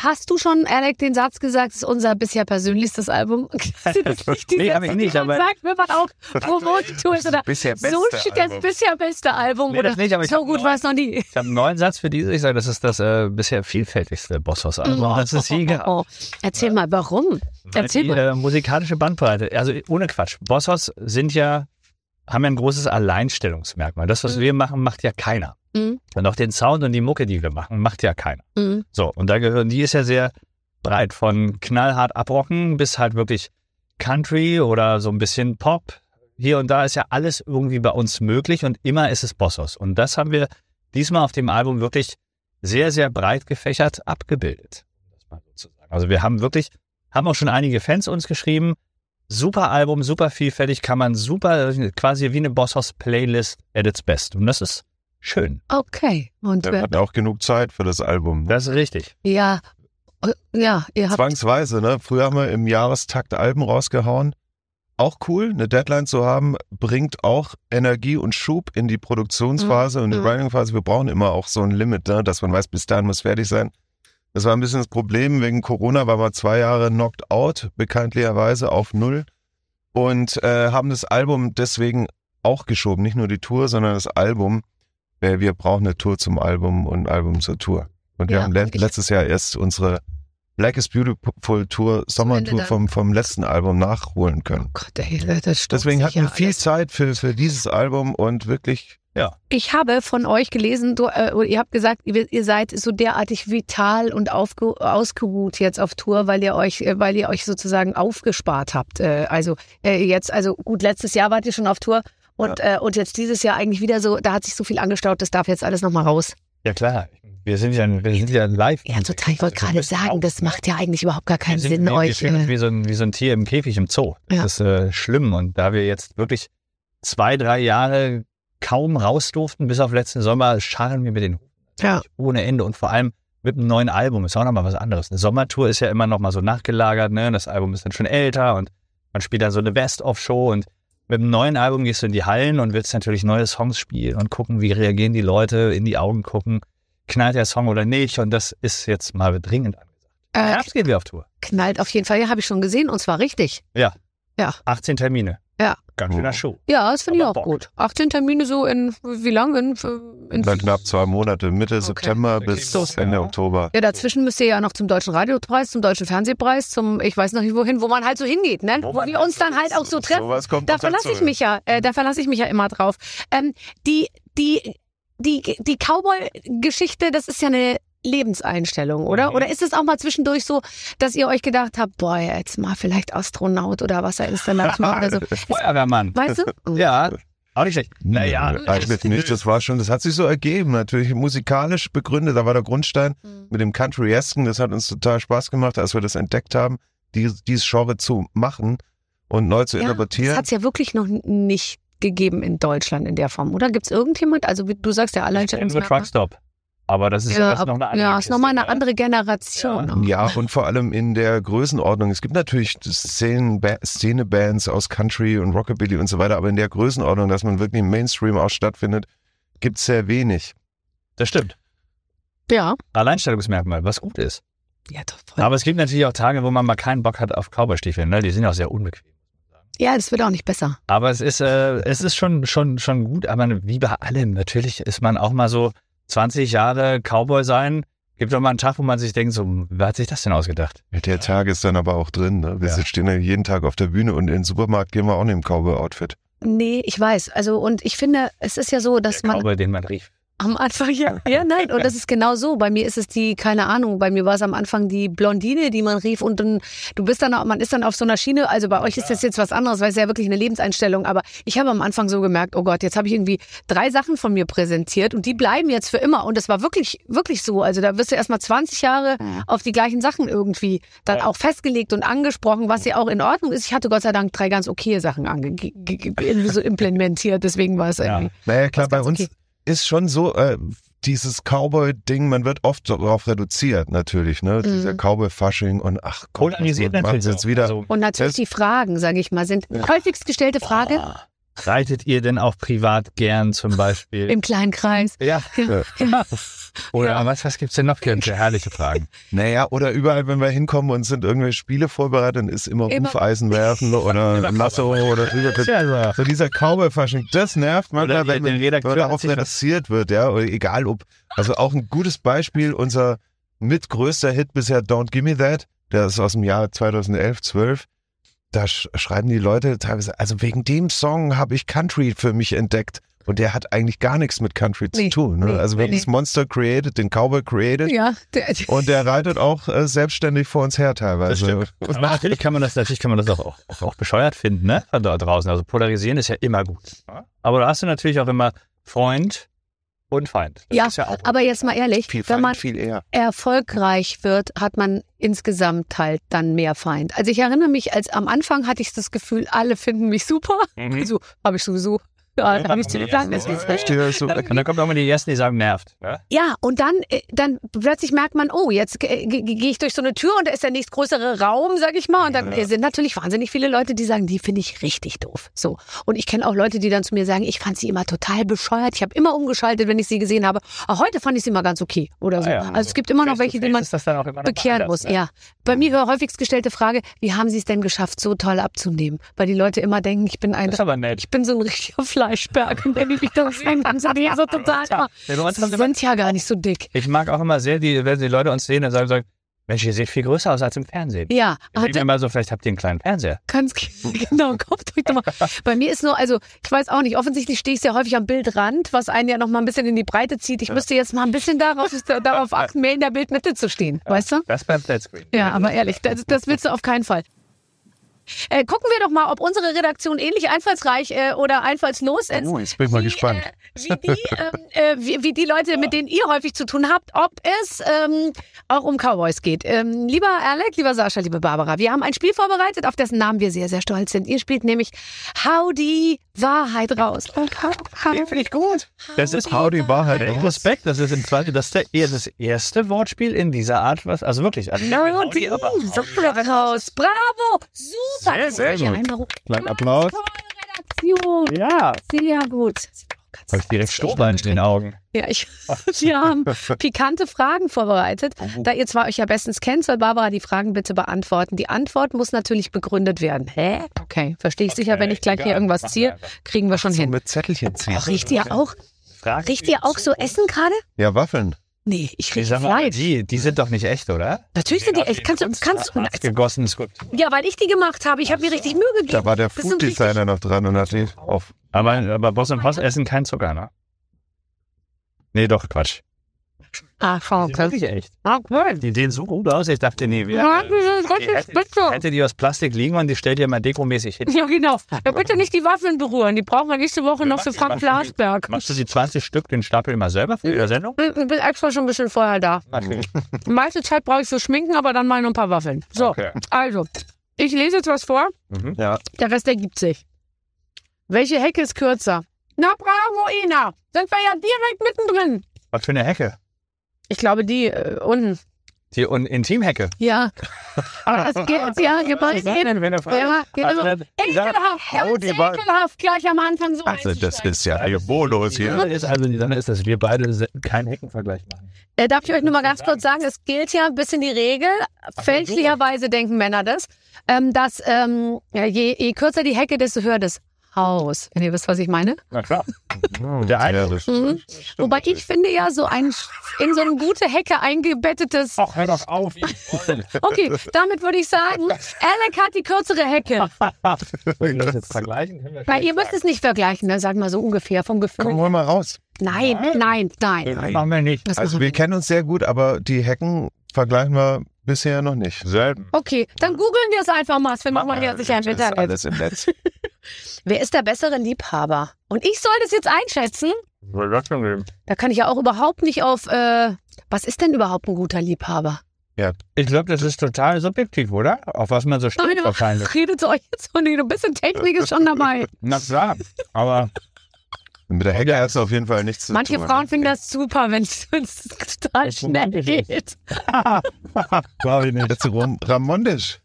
S4: hast du schon, Alec, den Satz gesagt, es ist unser bisher persönlichstes Album? Hast du das nicht die
S5: Nee,
S4: Sätze,
S5: hab ich
S4: die
S5: nicht,
S4: man
S5: aber-
S4: sagt, wenn man auch Promotour ist oder
S6: Bisher
S4: so steht das bisher beste Album
S5: Nee,
S4: oder
S5: das nicht, aber ich
S4: so
S5: hab
S4: gut
S5: noch-
S4: war es noch nie.
S5: Ich habe einen neuen Satz für diese. Ich sage, das ist das äh, bisher vielfältigste Bosshaus-Album, das es je
S4: Mhm.
S5: gab.
S4: Oh, erzähl mal, warum?
S5: Weil
S4: Erzähl
S5: die,
S4: mal.
S5: äh, musikalische Bandbreite. Also ohne Quatsch. Bosshaus sind ja, haben ja ein großes Alleinstellungsmerkmal. Das, was wir machen, macht ja keiner.
S4: Mhm.
S5: Und auch den Sound und die Mucke, die wir machen, macht ja keiner.
S4: Mhm.
S5: So, und da gehören, die ist ja sehr breit, von knallhart abrocken bis halt wirklich Country oder so ein bisschen Pop. Hier und da ist ja alles irgendwie bei uns möglich und immer ist es Bosshaus. Und das haben wir diesmal auf dem Album wirklich sehr, sehr breit gefächert abgebildet. um das mal so zu sagen. Also wir haben wirklich, haben auch schon einige Fans uns geschrieben, super Album, super vielfältig, kann man super, äh, quasi wie eine Bosshaus-Playlist at its best. Und das ist schön.
S4: Okay. Und
S6: Wir
S4: wer-
S6: hatten auch genug Zeit für das Album. ne?
S5: Das ist richtig.
S4: ja, äh, ja, ihr habt
S6: Zwangsweise, ne? Früher haben wir im Jahrestakt Alben rausgehauen. Auch cool, eine Deadline zu haben, bringt auch Energie und Schub in die Produktionsphase und die
S4: Mhm.
S6: Writing-Phase. Wir brauchen immer auch so ein Limit, ne? dass man weiß, bis dahin muss fertig sein. Das war ein bisschen das Problem. Wegen Corona war man zwei Jahre knocked out, bekanntlicherweise auf Null. Und äh, haben das Album deswegen auch geschoben. Nicht nur die Tour, sondern das Album. Äh, wir brauchen eine Tour zum Album und ein Album zur Tour. Und wir
S4: Ja,
S6: haben le
S4: und ich-
S6: letztes Jahr erst unsere Black is Beautiful Tour,
S4: Ende
S6: Sommertour
S4: dann.
S6: vom, vom letzten Album nachholen können.
S4: Gott, ey, das stoppt
S6: Deswegen
S4: sich
S6: hatten wir
S4: ja
S6: viel
S4: alles.
S6: Zeit für, für dieses Album und wirklich,
S4: Ich habe von euch gelesen, du, äh, ihr habt gesagt, ihr, ihr seid so derartig vital und aufge, ausgeruht jetzt auf Tour, weil ihr euch, äh, weil ihr euch sozusagen aufgespart habt. Äh, also äh, jetzt, also gut, letztes Jahr wart ihr schon auf Tour und äh, und jetzt dieses Jahr eigentlich wieder so, da hat sich so viel angestaut, das darf jetzt alles noch mal raus.
S5: Ja klar, wir sind ja, wir sind ja live.
S4: Ja, total. Ich wollte
S5: Also, wir
S4: gerade
S5: müssen
S4: sagen,
S5: auch-
S4: das macht ja eigentlich überhaupt gar
S5: wir
S4: keinen
S5: sind
S4: Sinn,
S5: wie, wir
S4: euch.
S5: fühlen uns
S4: Äh,
S5: wie so, ein, wie so ein Tier im Käfig im Zoo. Das
S4: Ja.
S5: ist äh, schlimm. Und da wir jetzt wirklich zwei, drei Jahre kaum raus durften, bis auf letzten Sommer, scharren wir mit den Hufen
S4: ja.
S5: ohne Ende. Und vor allem mit einem neuen Album ist auch nochmal was anderes. Eine Sommertour ist ja immer nochmal so nachgelagert. Ne? Das Album ist dann schon älter und man spielt dann so eine Best-of-Show. Und mit einem neuen Album gehst du in die Hallen und willst natürlich neue Songs spielen und gucken, wie reagieren die Leute, in die Augen gucken. Knallt der Song oder nicht? Und das ist jetzt mal dringend angesagt. Im
S4: Äh,
S5: Herbst gehen wir auf Tour.
S4: knallt auf jeden Fall. Ja, habe ich schon gesehen und zwar richtig.
S5: Ja.
S4: Ja.
S5: 18 Termine.
S4: Ja.
S5: Ganz schöner Show.
S4: Ja, das finde ich
S5: Aber
S4: auch
S5: Bock.
S4: gut. 18 Termine so in, wie lang? In, in
S6: Dann knapp zwei Monate, Mitte September
S3: Okay.
S6: bis
S3: So,
S6: Ende
S5: ja.
S6: Oktober.
S4: Ja, dazwischen müsst ihr ja noch zum Deutschen Radiopreis, zum Deutschen Fernsehpreis, zum, ich weiß noch nicht wohin, wo man halt so hingeht, ne? Wo, wir uns dann halt auch so treffen.
S6: Sowas kommt
S4: Da
S6: noch dazu.
S4: verlasse ich mich ja, äh, da verlasse ich mich ja immer drauf. Ähm, die, die, die, die Cowboy-Geschichte, das ist ja eine Lebenseinstellung, oder? Oder ist es auch mal zwischendurch so, dass ihr euch gedacht habt, boah, jetzt mal vielleicht Astronaut oder Wasserinstallateur oder so.
S5: Feuerwehrmann.
S4: Weißt du?
S5: Ja. Auch nicht schlecht.
S6: Naja,
S5: Naja.
S6: eigentlich nicht. Das war schon, das hat sich so ergeben. Natürlich musikalisch begründet. Da war der Grundstein
S4: Hm.
S6: mit dem Country Esken. Das hat uns total Spaß gemacht, als wir das entdeckt haben, die, dieses Genre zu machen und neu zu
S4: Ja, das
S6: interpretieren.
S4: hat es ja wirklich noch n- nicht gegeben in Deutschland in der Form, oder? Gibt es irgendjemand? Also wie du sagst ja
S5: Unsere
S4: Alleinstellungsmerkmal.
S5: Truckstop. Aber das ist,
S4: Ja,
S5: das ist noch eine andere
S4: Ja, ist nochmal
S5: Kiste, ne?
S4: eine andere Generation. auch.
S6: Ja, und vor allem in der Größenordnung. Es gibt natürlich Szenen, Ba- Szenebands aus Country und Rockabilly und so weiter, aber in der Größenordnung, dass man wirklich im Mainstream auch stattfindet, gibt es sehr wenig.
S5: Das stimmt.
S4: Ja.
S5: Alleinstellungsmerkmal, was gut ist.
S4: Ja, doch, voll.
S5: Aber es gibt natürlich auch Tage, wo man mal keinen Bock hat auf Cowboystiefeln. Ne? Die sind auch sehr unbequem.
S4: ja, das wird auch nicht besser.
S5: Aber es ist, äh, es ist schon, schon, schon gut. Aber wie bei allem, natürlich ist man auch mal so 20 Jahre Cowboy sein. Gibt doch mal einen Tag, wo man sich denkt, so, wer hat sich das denn ausgedacht?
S6: Der Tag ist dann aber auch drin. Ne? Wir
S5: Ja.
S6: stehen ja jeden Tag auf der Bühne und in den Supermarkt gehen wir auch nicht im Cowboy-Outfit.
S4: Nee, ich weiß. Also, und ich finde, es ist ja so, dass
S5: Der
S4: man
S5: Cowboy, den man rief.
S4: am Anfang, ja, ja, nein, und das ist genau so. Bei mir ist es die, keine Ahnung, bei mir war es am Anfang die Blondine, die man rief und dann, du bist dann, auch- man ist dann auf so einer Schiene. Also bei euch ist das jetzt was anderes, weil es ja wirklich eine Lebenseinstellung. Aber ich habe am Anfang so gemerkt, oh Gott, jetzt habe ich irgendwie drei Sachen von mir präsentiert und die bleiben jetzt für immer. Und das war wirklich, wirklich so. Also da wirst du erstmal 20 Jahre auf die gleichen Sachen irgendwie dann auch festgelegt und angesprochen, was ja auch in Ordnung ist. Ich hatte Gott sei Dank drei ganz okay Sachen ange ge- ge- ge- so implementiert, deswegen war es
S5: Ja.
S4: irgendwie.
S6: Naja, klar,
S4: ist
S6: bei
S4: ganz
S6: uns
S4: okay.
S6: ist schon so, äh, dieses Cowboy-Ding, man wird oft darauf reduziert, natürlich, ne? Dieser Cowboy-Fasching und ach, guck,
S5: Mhm. Polarisiert
S6: was macht's
S5: natürlich.
S6: jetzt
S5: auch.
S6: wieder.
S5: Also,
S4: Und natürlich
S6: Das-
S4: die Fragen, sage ich mal, sind häufigst gestellte Frage
S5: reitet ihr denn auch privat gern zum Beispiel?
S4: im kleinen Kreis.
S5: ja.
S6: Ja.
S5: Oder was, was gibt's denn noch für für herrliche Fragen?
S6: Naja, oder überall, wenn wir hinkommen und sind irgendwelche Spiele vorbereitet, dann ist immer,
S4: Immer-
S6: Hufeisen werfen oder Lasso oder Rübertritt.
S5: Tja, also,
S6: So dieser Cowboy-Fasching, das nervt
S5: Oder
S6: manchmal,
S5: der-
S6: wenn
S5: der
S6: man
S5: Redakteur
S6: wenn man darauf
S5: hat sich was-
S6: reduziert wird, ja, oder egal ob. Also auch ein gutes Beispiel, unser mitgrößter Hit bisher, Don't Give Me That, der ist aus dem Jahr 2011, 12. Da sch schreiben die Leute teilweise, also wegen dem Song habe ich Country für mich entdeckt. Und der hat eigentlich gar nichts mit Country zu
S4: Nee,
S6: tun. Ne?
S4: nee,
S6: also wir haben
S4: nee.
S6: das Monster created, den Cowboy created.
S4: Ja, der,
S6: Und der reitet auch äh, selbstständig vor uns her
S5: Das
S6: teilweise.
S5: stimmt. Aber natürlich kann man das, natürlich kann man das auch, auch, auch bescheuert finden, ne? Von da draußen. Also polarisieren ist ja immer gut. Aber da hast du natürlich auch immer Freund und Feind. Das
S4: ja,
S5: ist ja auch
S4: aber jetzt mal ehrlich, wenn man
S6: viel eher.
S4: erfolgreich wird, hat man insgesamt halt dann mehr Feind. Also ich erinnere mich, als am Anfang hatte ich das Gefühl, alle finden mich super.
S6: Mhm.
S4: So habe ich sowieso. Ja, da habe ich zu getan, deswegen
S6: Ich verstehe das so.
S5: und dann kommt auch mal die ersten, die sagen, nervt. Ne?
S4: Ja, und dann, äh, dann plötzlich merkt man, oh, jetzt äh, ge- ge- gehe ich durch so eine Tür und da ist der nächstgrößere Raum, sag ich mal. Und dann äh, sind natürlich wahnsinnig viele Leute, die sagen, die finde ich richtig doof. So. Und ich kenne auch Leute, die dann zu mir sagen, ich fand sie immer total bescheuert. Ich habe immer umgeschaltet, wenn ich sie gesehen habe. Aber heute fand ich sie mal ganz okay oder so.
S5: Ah ja.
S4: Also es gibt immer noch
S5: Face to
S4: welche, die
S5: face
S4: man
S5: ist das dann auch immer noch
S4: bekehren
S5: anders,
S4: muss.
S5: ne?
S4: Ja. Bei mir war häufigst gestellte Frage, wie haben sie es denn geschafft, so toll abzunehmen? Weil die Leute immer denken, ich bin ein,
S5: Das ist aber nett.
S4: ich bin so ein richtiger Fleischberg. Und wenn ich mich dann sehen kann, sind die so total. ah,
S5: Ja, bei uns haben
S4: Sie
S5: sie immer-
S4: sind ja gar nicht so dick.
S5: Ich mag auch immer sehr, die, wenn die Leute uns sehen, dann sagen, sagen Mensch, ihr seht viel größer aus als im Fernsehen.
S4: Ja, ah,
S5: Ich denke mir
S4: hatte
S5: immer so, vielleicht habt ihr einen kleinen Fernseher.
S4: ganz genau, kommt euch doch mal. Bei mir ist nur, also ich weiß auch nicht, offensichtlich stehe ich sehr häufig am Bildrand, was einen ja noch mal ein bisschen in die Breite zieht. Ich müsste jetzt mal ein bisschen darauf, darauf achten, mehr in der Bildmitte zu stehen, weißt du?
S5: Das beim Flatscreen.
S4: Ja, aber ehrlich, das, das willst du auf keinen Fall. Äh, gucken wir doch mal, ob unsere Redaktion ähnlich einfallsreich äh, oder einfallslos ist.
S6: Oh, jetzt bin ich mal
S4: wie,
S6: gespannt.
S4: Äh, wie, die, ähm, äh, wie, wie die Leute, mit denen ihr häufig zu tun habt, ob es ähm, auch um Cowboys geht. Ähm, lieber Alec, lieber Sascha, liebe Barbara, wir haben ein Spiel vorbereitet, auf dessen Namen wir sehr, sehr stolz sind. Ihr spielt nämlich Hau die Wahrheit raus.
S5: Oh,
S4: Und hau, hau,
S5: finde ich gut. Das ist
S6: Hau die Wahrheit
S5: Hey,
S6: raus.
S5: Respekt, das ist im Zweifel, das ist der, das erste Wortspiel in dieser Art, was, also wirklich. Also,
S4: Hau die Wahrheit raus. Bravo, super.
S5: Sehr, sehr
S4: Ja,
S5: gut.
S4: ein Beruf.
S5: Kleinen Applaus.
S4: Tolle Redaktion.
S5: Ja,
S4: Sehr gut. Kannst
S5: Habe ich
S4: du
S5: direkt
S4: alles
S5: Strohballen in den Augen.
S4: Ja, ich, wir haben pikante Fragen vorbereitet. Da ihr zwar euch ja bestens kennt, soll Barbara die Fragen bitte beantworten. Die Antwort muss natürlich begründet werden. Hä? Okay, verstehe ich sicher, wenn ich gleich hier irgendwas ziehe, kriegen wir schon
S6: So
S4: hin.
S6: mit Zettelchen ziehen.
S4: Ach, riecht ihr auch,
S5: Frage
S4: riecht ihr auch so Essen gerade?
S6: Ja, Waffeln.
S4: Nee, ich
S5: Ich
S4: rieche
S5: sag mal,
S4: Fleisch.
S5: die, die sind doch nicht echt, oder?
S4: Natürlich sind die echt. Kannst du, kannst du,
S5: Kunstharz gegossenes Skulptur.
S4: ja, weil ich die gemacht habe. Ich habe mir richtig Mühe gegeben.
S6: Da war der
S4: Das sind richtig-
S6: Food-Designer noch dran und hat den auf.
S5: Aber, aber Boss und Boss essen kein Zucker, ne? Nee, doch, Quatsch.
S4: Ah, schau,
S5: Die sind
S4: okay.
S5: wirklich echt.
S4: Okay.
S5: Die sehen so gut aus, ich dachte, nee, wir.
S4: Ja, die sind
S5: die
S4: richtig
S5: hätte,
S4: spitze.
S5: hätte die aus Plastik liegen und die stellt ihr mal dekomäßig hin.
S4: Ja, genau. Ja, bitte nicht die Waffeln berühren. Die brauchen wir nächste Woche noch für
S5: machen-
S4: Frank
S5: machen die-
S4: Blasberg.
S5: Machst du die 20 Stück, den Stapel immer selber für
S4: Mhm.
S5: die Sendung?
S4: Ich bin extra schon ein bisschen vorher da. Die meiste Zeit brauche ich für Schminken, aber dann mal noch ein paar Waffeln. So,
S5: Okay.
S4: also, ich lese jetzt was vor,
S5: Mhm.
S6: Ja.
S4: der Rest ergibt sich. Welche Hecke ist kürzer? Na bravo, Ina, sind wir ja direkt mittendrin.
S5: Was für eine Hecke.
S4: Ich glaube, die äh, unten.
S5: Die Un Intimhecke.
S2: Ja,
S4: Es geht, ja, genau. es geht-
S5: denn, wenn er
S4: ja,
S5: Also,
S4: genau.
S5: ich sag-
S4: Ekelhaft,
S5: hau
S4: ganz
S5: die Wa-
S4: ekelhaft, gleich am Anfang so
S6: Also, das
S4: einzusteigen.
S6: ist ja hier bolos
S5: Die
S6: hier.
S5: Sache ist also, die Sache ist, dass wir beide se- keinen Heckenvergleich machen.
S4: Äh, darf ich euch nur mal ganz kurz sagen, es gilt ja ein bisschen die Regel, fälschlicherweise denken Männer das, ähm, dass ähm, ja, je, je kürzer die Hecke, desto höher das Haus. Wenn ihr wisst, was ich meine.
S6: Genau,
S5: Na klar. Der eine.
S6: Ja, das
S4: Mhm. Wobei ich finde ja so ein in so eine gute Hecke eingebettetes.
S5: Ach, hör doch auf.
S4: Okay, damit würde ich sagen, Alec hat die kürzere Hecke.
S5: Wenn wir das jetzt vergleichen, können wir
S4: Weil ihr müsst es nicht vergleichen, ne? sag mal so ungefähr vom
S6: Komm,
S4: Gefühl.
S6: hol mal raus.
S4: Nein, nein, nein.
S5: das machen wir nicht.
S4: Das
S6: Also,
S4: machen wir
S6: wir
S4: nicht.
S6: kennen uns sehr gut, aber die Hecken vergleichen wir bisher noch nicht. Selten.
S4: Okay, dann googeln wir es einfach mal. Das findet man ja sicher im
S6: Das ist
S4: Internet.
S6: alles im Netz.
S4: Wer ist der bessere Liebhaber? Und ich soll das jetzt einschätzen.
S5: Soll das schon geben?
S4: Da kann ich ja auch überhaupt nicht auf. Äh, was ist denn überhaupt ein guter Liebhaber?
S5: Ich glaube, das ist total subjektiv, oder? Auf was man so steht
S4: Nein,
S5: wahrscheinlich.
S4: Redet euch jetzt so nicht. Ein bisschen Technik ist schon dabei.
S5: Na klar. Aber
S6: Mit der Hecke hast du auf jeden Fall nichts zu
S4: Manche
S6: tun.
S4: Frauen finden das super, wenn es total schnell geht.
S5: glaube ich nicht.
S6: Jetzt rum, Ramondisch.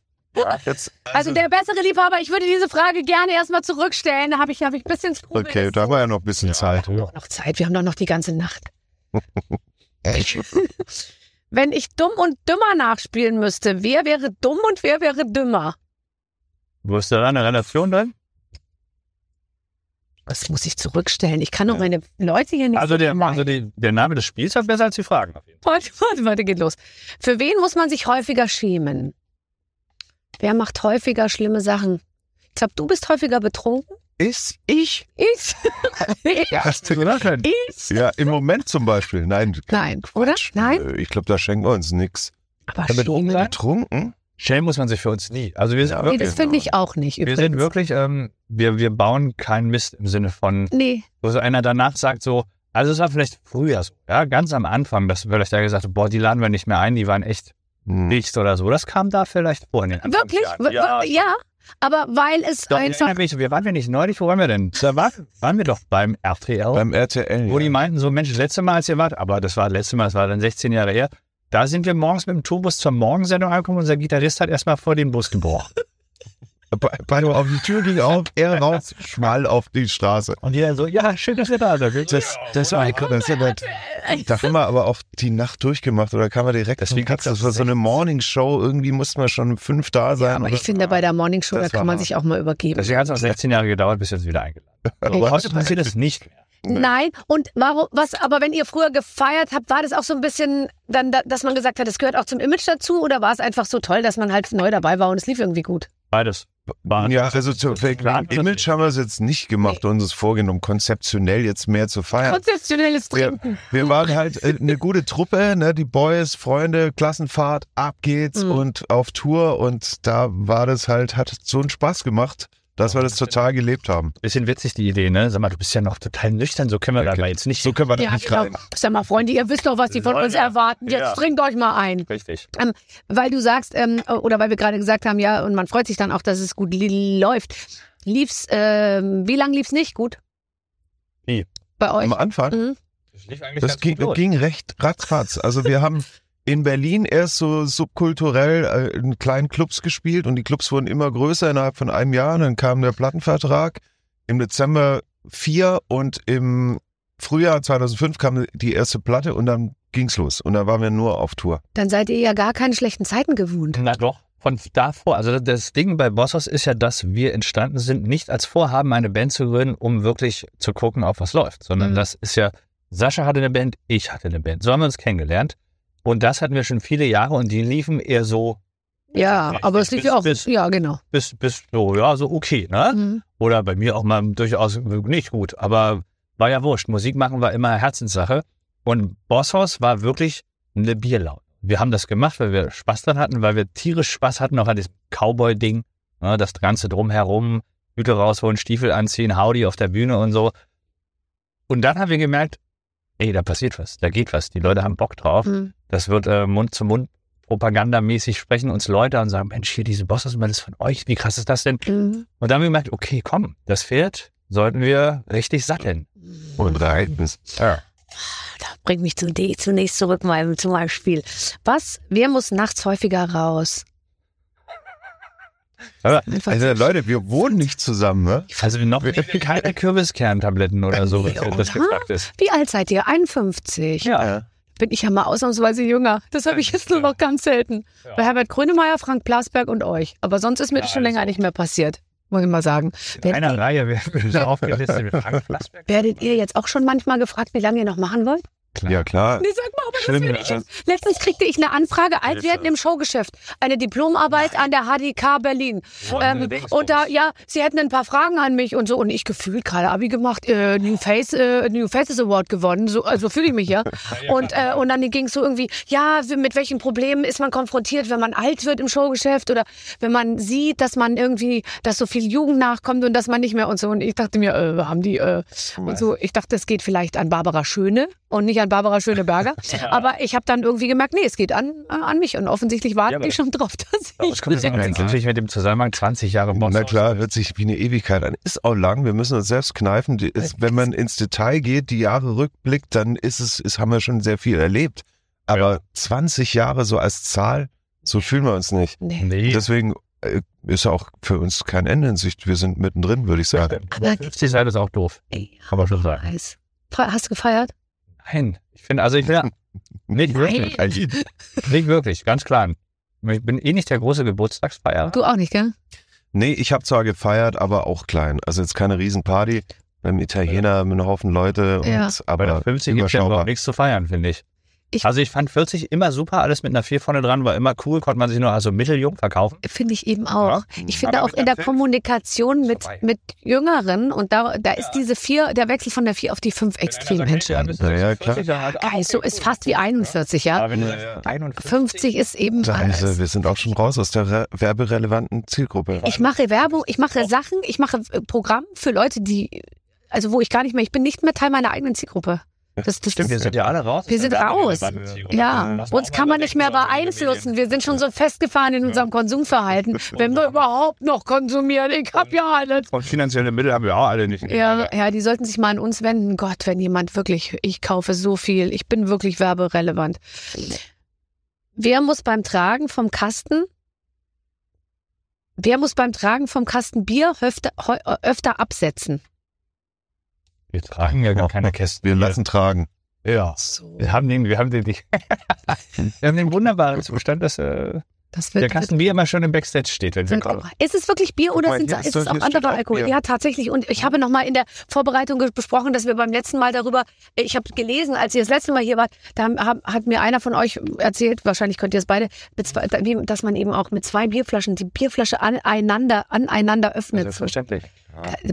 S6: Jetzt,
S4: Also der bessere Liebhaber, ich würde diese Frage gerne erstmal zurückstellen. Da habe ich, hab ich ein bisschen Skrupel.
S6: okay, da haben wir ja noch ein bisschen Zeit.
S4: Ist noch Zeit, wir haben doch noch die ganze Nacht. Wenn ich dumm und dümmer nachspielen müsste, wer wäre dumm und wer wäre dümmer?
S5: Wo ist da eine Relation drin?
S4: Das muss ich zurückstellen. Ich kann doch meine Leute hier nicht.
S5: Also, der, also die, der Name des Spiels war besser als die Fragen. Auf jeden
S4: Warte, warte, warte, geht los. Für wen muss man sich häufiger schämen? Wer macht häufiger schlimme Sachen? Ich glaube, du bist häufiger betrunken.
S6: Ist ich?
S4: Ich?
S5: Fall. Hast du gedacht?
S4: ich?
S6: Ja, im Moment zum Beispiel. Nein.
S4: Nein, oder? Nein?
S6: Äh, Ich glaube, da schenken wir uns nichts.
S4: Aber
S5: Damit
S4: schämen-
S5: umgehen?
S6: Getrunken?
S5: Schämen muss man sich für uns nie. Also wir sind
S4: Nee,
S5: wirklich,
S4: das finde ich auch nicht.
S5: wir
S4: Übrigens.
S5: sind wirklich, ähm, wir, wir bauen keinen Mist im Sinne von,
S4: Nee,
S5: wo so einer danach sagt so, also es war vielleicht früher so, ja, ganz am Anfang, dass vielleicht da gesagt, hat, boah, die laden wir nicht mehr ein, die waren echt
S6: Hm.
S5: dicht oder so. Das kam da vielleicht vor in den
S4: wirklich? W-
S5: Anfangsjahren.
S4: w-
S5: Ja,
S4: Ja. aber weil es
S5: Doch, ich
S4: einfach.
S5: erinnere mich, wir waren wir nicht neulich, wo waren wir denn? Da war, waren wir doch beim RTL,
S6: Beim RTL.
S5: wo
S6: ja.
S5: die meinten so, Mensch, das letzte Mal, als ihr wart, aber das war das letzte Mal, das war dann 16 Jahre her, da sind wir morgens mit dem Tourbus zur Morgensendung angekommen, unser Gitarrist hat erstmal vor den Bus gebrochen.
S6: Bei- bei- auf die Tür ging auf, er raus, schmal auf die Straße.
S5: Und jeder so, ja, schön, dass ihr da seid.
S6: Das, das war das ist ja nett. Da haben wir aber auch die Nacht durchgemacht oder kam man direkt
S5: Deswegen
S6: vom Platz?
S5: hat's
S6: Das war so eine Morningshow. Irgendwie mussten wir schon um fünf da sein.
S4: Aber
S6: oder
S4: ich finde, bei der Morning Show, da
S6: Das
S4: kann
S6: war
S4: man
S6: hart.
S4: sich auch mal übergeben.
S5: Deswegen hat es auch 16 Jahre gedauert, bis jetzt wieder eingeladen.
S4: Echt?
S5: Aber heute passiert das nicht mehr.
S4: Nein, und warum, was, aber wenn ihr früher gefeiert habt, war das auch so ein bisschen, dann, da- dass man gesagt hat, das gehört auch zum Image dazu oder war es einfach so toll, dass man halt neu dabei war und es lief irgendwie gut?
S5: Beides. War
S6: Ja, also zu, wegen
S5: klar, das
S6: Image
S5: nicht.
S6: haben wir es jetzt nicht gemacht, uns ist vorgenommen, konzeptionell jetzt mehr zu feiern.
S4: Konzeptionelles
S6: Wir, wir waren halt äh, eine gute Truppe, ne? die Boys, Freunde, Klassenfahrt, ab geht's
S4: Mhm.
S6: und auf Tour und da war das halt, hat so einen Spaß gemacht, dass wir das total gelebt haben.
S5: bisschen witzig, die Idee, ne? Sag mal, du bist ja noch total nüchtern, so können wir
S6: Ja,
S5: da
S6: klar.
S5: mal jetzt nicht.
S6: So können wir da
S4: Ja,
S6: nicht rein.
S4: genau. Sag mal, Freunde, ihr wisst doch, was die von
S5: halt Leute.
S4: uns erwarten. Jetzt
S5: Ja.
S4: trinkt euch mal ein.
S5: Richtig.
S4: Weil du sagst, ähm, oder weil wir gerade gesagt haben, ja, und man freut sich dann auch, dass es gut li läuft. Lief's, ähm, wie lange lief's nicht gut?
S5: Wie?
S4: Bei euch?
S6: Am Anfang,
S4: Mhm.
S5: Das lief eigentlich
S6: das ging, ging recht ratzfatz. Also wir haben in Berlin erst so subkulturell äh, in kleinen Clubs gespielt und die Clubs wurden immer größer innerhalb von einem Jahr. Und dann kam der Plattenvertrag. Im Dezember vier und im Frühjahr 2005 kam die erste Platte und dann ging's los. Und dann waren wir nur auf Tour.
S4: Dann seid ihr ja gar keine schlechten Zeiten gewohnt.
S5: Na doch. Von davor, also das Ding bei Bossos ist ja, dass wir entstanden sind, nicht als Vorhaben, eine Band zu gründen, um wirklich zu gucken, auf was läuft, sondern
S4: Mhm.
S5: das ist ja, Sascha hatte eine Band, ich hatte eine Band. So haben wir uns kennengelernt. Und das hatten wir schon viele Jahre und die liefen eher so
S4: Ja,
S5: Ja,
S4: aber es liegt ja auch.
S5: bis-
S4: Ja, genau.
S5: bis, bis so, ja, so okay, ne?
S4: Mhm.
S5: Oder bei mir auch mal durchaus nicht gut, aber war ja wurscht. Musik machen war immer Herzenssache. Und Bosshaus war wirklich eine Bierlaune. Wir haben das gemacht, weil wir Spaß dran hatten, weil wir tierisch Spaß hatten, auch an diesem Cowboy-Ding. Ne, das Ganze drumherum, Hüte rausholen, Stiefel anziehen, Howdy auf der Bühne und so. Und dann haben wir gemerkt, ey, da passiert was, da geht was. Die Leute haben Bock drauf.
S4: Mhm.
S5: Das wird äh, Mund zu Mund propagandamäßig sprechen uns Leute an und sagen, Mensch, hier diese Bosshaus, das ist von euch, wie krass ist das denn?
S4: Mhm.
S5: Und dann haben wir gemerkt, okay, komm, das Pferd sollten wir richtig satteln.
S6: Und reiten.
S5: Ja.
S4: Bringt mich zu D- zunächst zurück meinem, zu meinem Spiel. Was? Wer muss nachts häufiger raus?
S5: Aber,
S4: Einfach
S6: Also Leute, wir wohnen nicht zusammen, ne?
S5: also noch keine Kürbiskerntabletten oder so, was
S4: Ja,
S5: das
S4: oder?
S5: gefragt ist.
S4: Wie alt seid ihr? 51.
S5: Ja.
S4: Bin ich ja mal ausnahmsweise jünger. Das habe ich jetzt nur noch ganz selten.
S5: Ja.
S4: Bei Herbert Grönemeyer, Frank Plasberg und euch. Aber sonst ist mir das schon
S5: alles
S4: länger nicht mehr passiert. Muss ich mal sagen.
S5: In
S4: Werdet,
S5: einer Reihe werden wir aufgelistet mit Frank Plasberg.
S4: werdet ihr jetzt auch schon manchmal gefragt, wie lange ihr noch machen wollt?
S6: Ja, klar.
S4: Nee, sag mal, aber
S6: Schlimm,
S4: das will ich jetzt. Letztens kriegte ich eine Anfrage, als wir hätten im Showgeschäft eine Diplomarbeit an der HDK Berlin. Ähm, und da, ja, sie hätten ein paar Fragen an mich und so. Und ich gefühlt gerade Abi gemacht, äh, New, Face, äh, New Faces Award gewonnen. So, also fühle ich mich ja. Und, äh, und dann ging es so irgendwie, ja, w- mit welchen Problemen ist man konfrontiert, wenn man alt wird im Showgeschäft oder wenn man sieht, dass man irgendwie, dass so viel Jugend nachkommt und dass man nicht mehr und so. Und ich dachte mir, äh, haben die, äh, und so, ich dachte, es geht vielleicht an Barbara Schöne und nicht an Barbara Schöneberger. Aber ich habe dann irgendwie gemerkt, nee, es geht an, äh, an mich. Und offensichtlich warten
S5: Ja, aber
S4: die
S5: das-
S4: schon drauf, dass
S5: Ja,
S4: ich.
S5: das kommt jetzt
S6: Ja, klar.
S5: natürlich mit dem Zusammenhang 20 Jahre Bosshaus.
S6: Na klar, hört sich wie eine Ewigkeit an. Ist auch lang, wir müssen uns selbst kneifen. Die Ist, wenn man ins Detail geht, die Jahre rückblickt, dann ist es, ist, haben wir schon sehr viel erlebt. Aber 20 Jahre so als Zahl, so fühlen wir uns nicht.
S4: Nee.
S5: Nee.
S6: Deswegen äh, ist auch für uns kein Ende in Sicht. Wir sind mittendrin, würde ich sagen.
S5: aber 50 Seite ist auch doof.
S4: Ey,
S5: Kann man schon sagen.
S4: Eis. Fe- Hast du gefeiert?
S5: Nein, ich finde, also ich will nicht wirklich, nicht wirklich, ganz klar. Ich bin eh nicht der große Geburtstagsfeierer.
S4: Du auch nicht, gell?
S6: Nee, ich habe zwar gefeiert, aber auch klein. Also jetzt keine Riesenparty. Beim Italiener mit einem Haufen Leute. Und,
S4: Ja.
S5: Bei der 50
S6: Aber
S5: gibt es ja
S6: überschaubar.
S5: überhaupt nichts zu feiern, finde ich.
S4: Ich-
S5: Also ich fand 40 immer super, alles mit einer 4 vorne dran, war immer cool, konnte man sich nur also mitteljung verkaufen.
S4: Finde ich eben auch. Ich finde
S5: Aber
S4: auch
S5: Hm. mit
S4: in
S5: der
S4: der Kommunikation mit,
S5: vorbei.
S4: mit Jüngeren und da, da ist diese vier, der Wechsel von der vier auf die fünf extrem entscheidend.
S6: Ja, ja, klar.
S4: Geil, so ist fast wie 41, ja.
S5: Aber wenn du sagst, 51,
S4: 50 ist eben
S6: Scheiße,
S4: alles.
S6: Also, wir sind auch schon raus aus der re- werberelevanten Zielgruppe.
S4: Ich mache Werbung, ich mache Sachen, ich mache äh, Programm für Leute, die, also wo ich gar nicht mehr, ich bin nicht mehr Teil meiner eigenen Zielgruppe. Das, das
S5: Stimmt, wir sind ja alle raus.
S4: Wir sind raus. Ja,
S5: Lass mal
S4: uns
S5: auch
S4: kann
S5: mal
S4: man nicht mehr
S5: überdenken, so andere
S4: beeinflussen. Wir sind schon so festgefahren in unserem Konsumverhalten. Wenn wir überhaupt noch konsumieren, ich hab ja alles.
S5: Und finanzielle Mittel haben wir auch alle nicht.
S4: Ja, ja, die sollten sich mal an uns wenden. Gott, wenn jemand wirklich, ich kaufe so viel, ich bin wirklich werberelevant. Wer muss beim Tragen vom Kasten, wer muss beim Tragen vom Kasten Bier öfter, heu- öfter absetzen?
S5: Wir tragen ja gar keine Kästen.
S6: Wir lassen tragen.
S5: Ja. Wir haben den, wir haben den, wir haben den wunderbaren Zustand, dass äh,
S4: Das
S5: der
S4: wird, wird
S5: Kasten Bier immer schon im Backstage steht, wenn wir
S4: Sind,
S5: kommen.
S4: ist es wirklich Bier oder
S6: mal,
S4: sind,
S6: hier
S4: ist
S6: ist
S4: es
S6: doch-
S4: auch
S6: hier
S4: anderer
S6: steht auch
S4: Alkohol?
S6: Bier.
S4: Ja, tatsächlich. Und ich habe nochmal in der Vorbereitung ge- besprochen, dass wir beim letzten Mal darüber, ich habe gelesen, als ihr das letzte Mal hier wart, da haben, haben- hat mir einer von euch erzählt, wahrscheinlich könnt ihr es beide, mit zwei- wie- dass man eben auch mit zwei Bierflaschen die Bierflasche aneinander, aneinander öffnet. So.
S5: Selbstverständlich.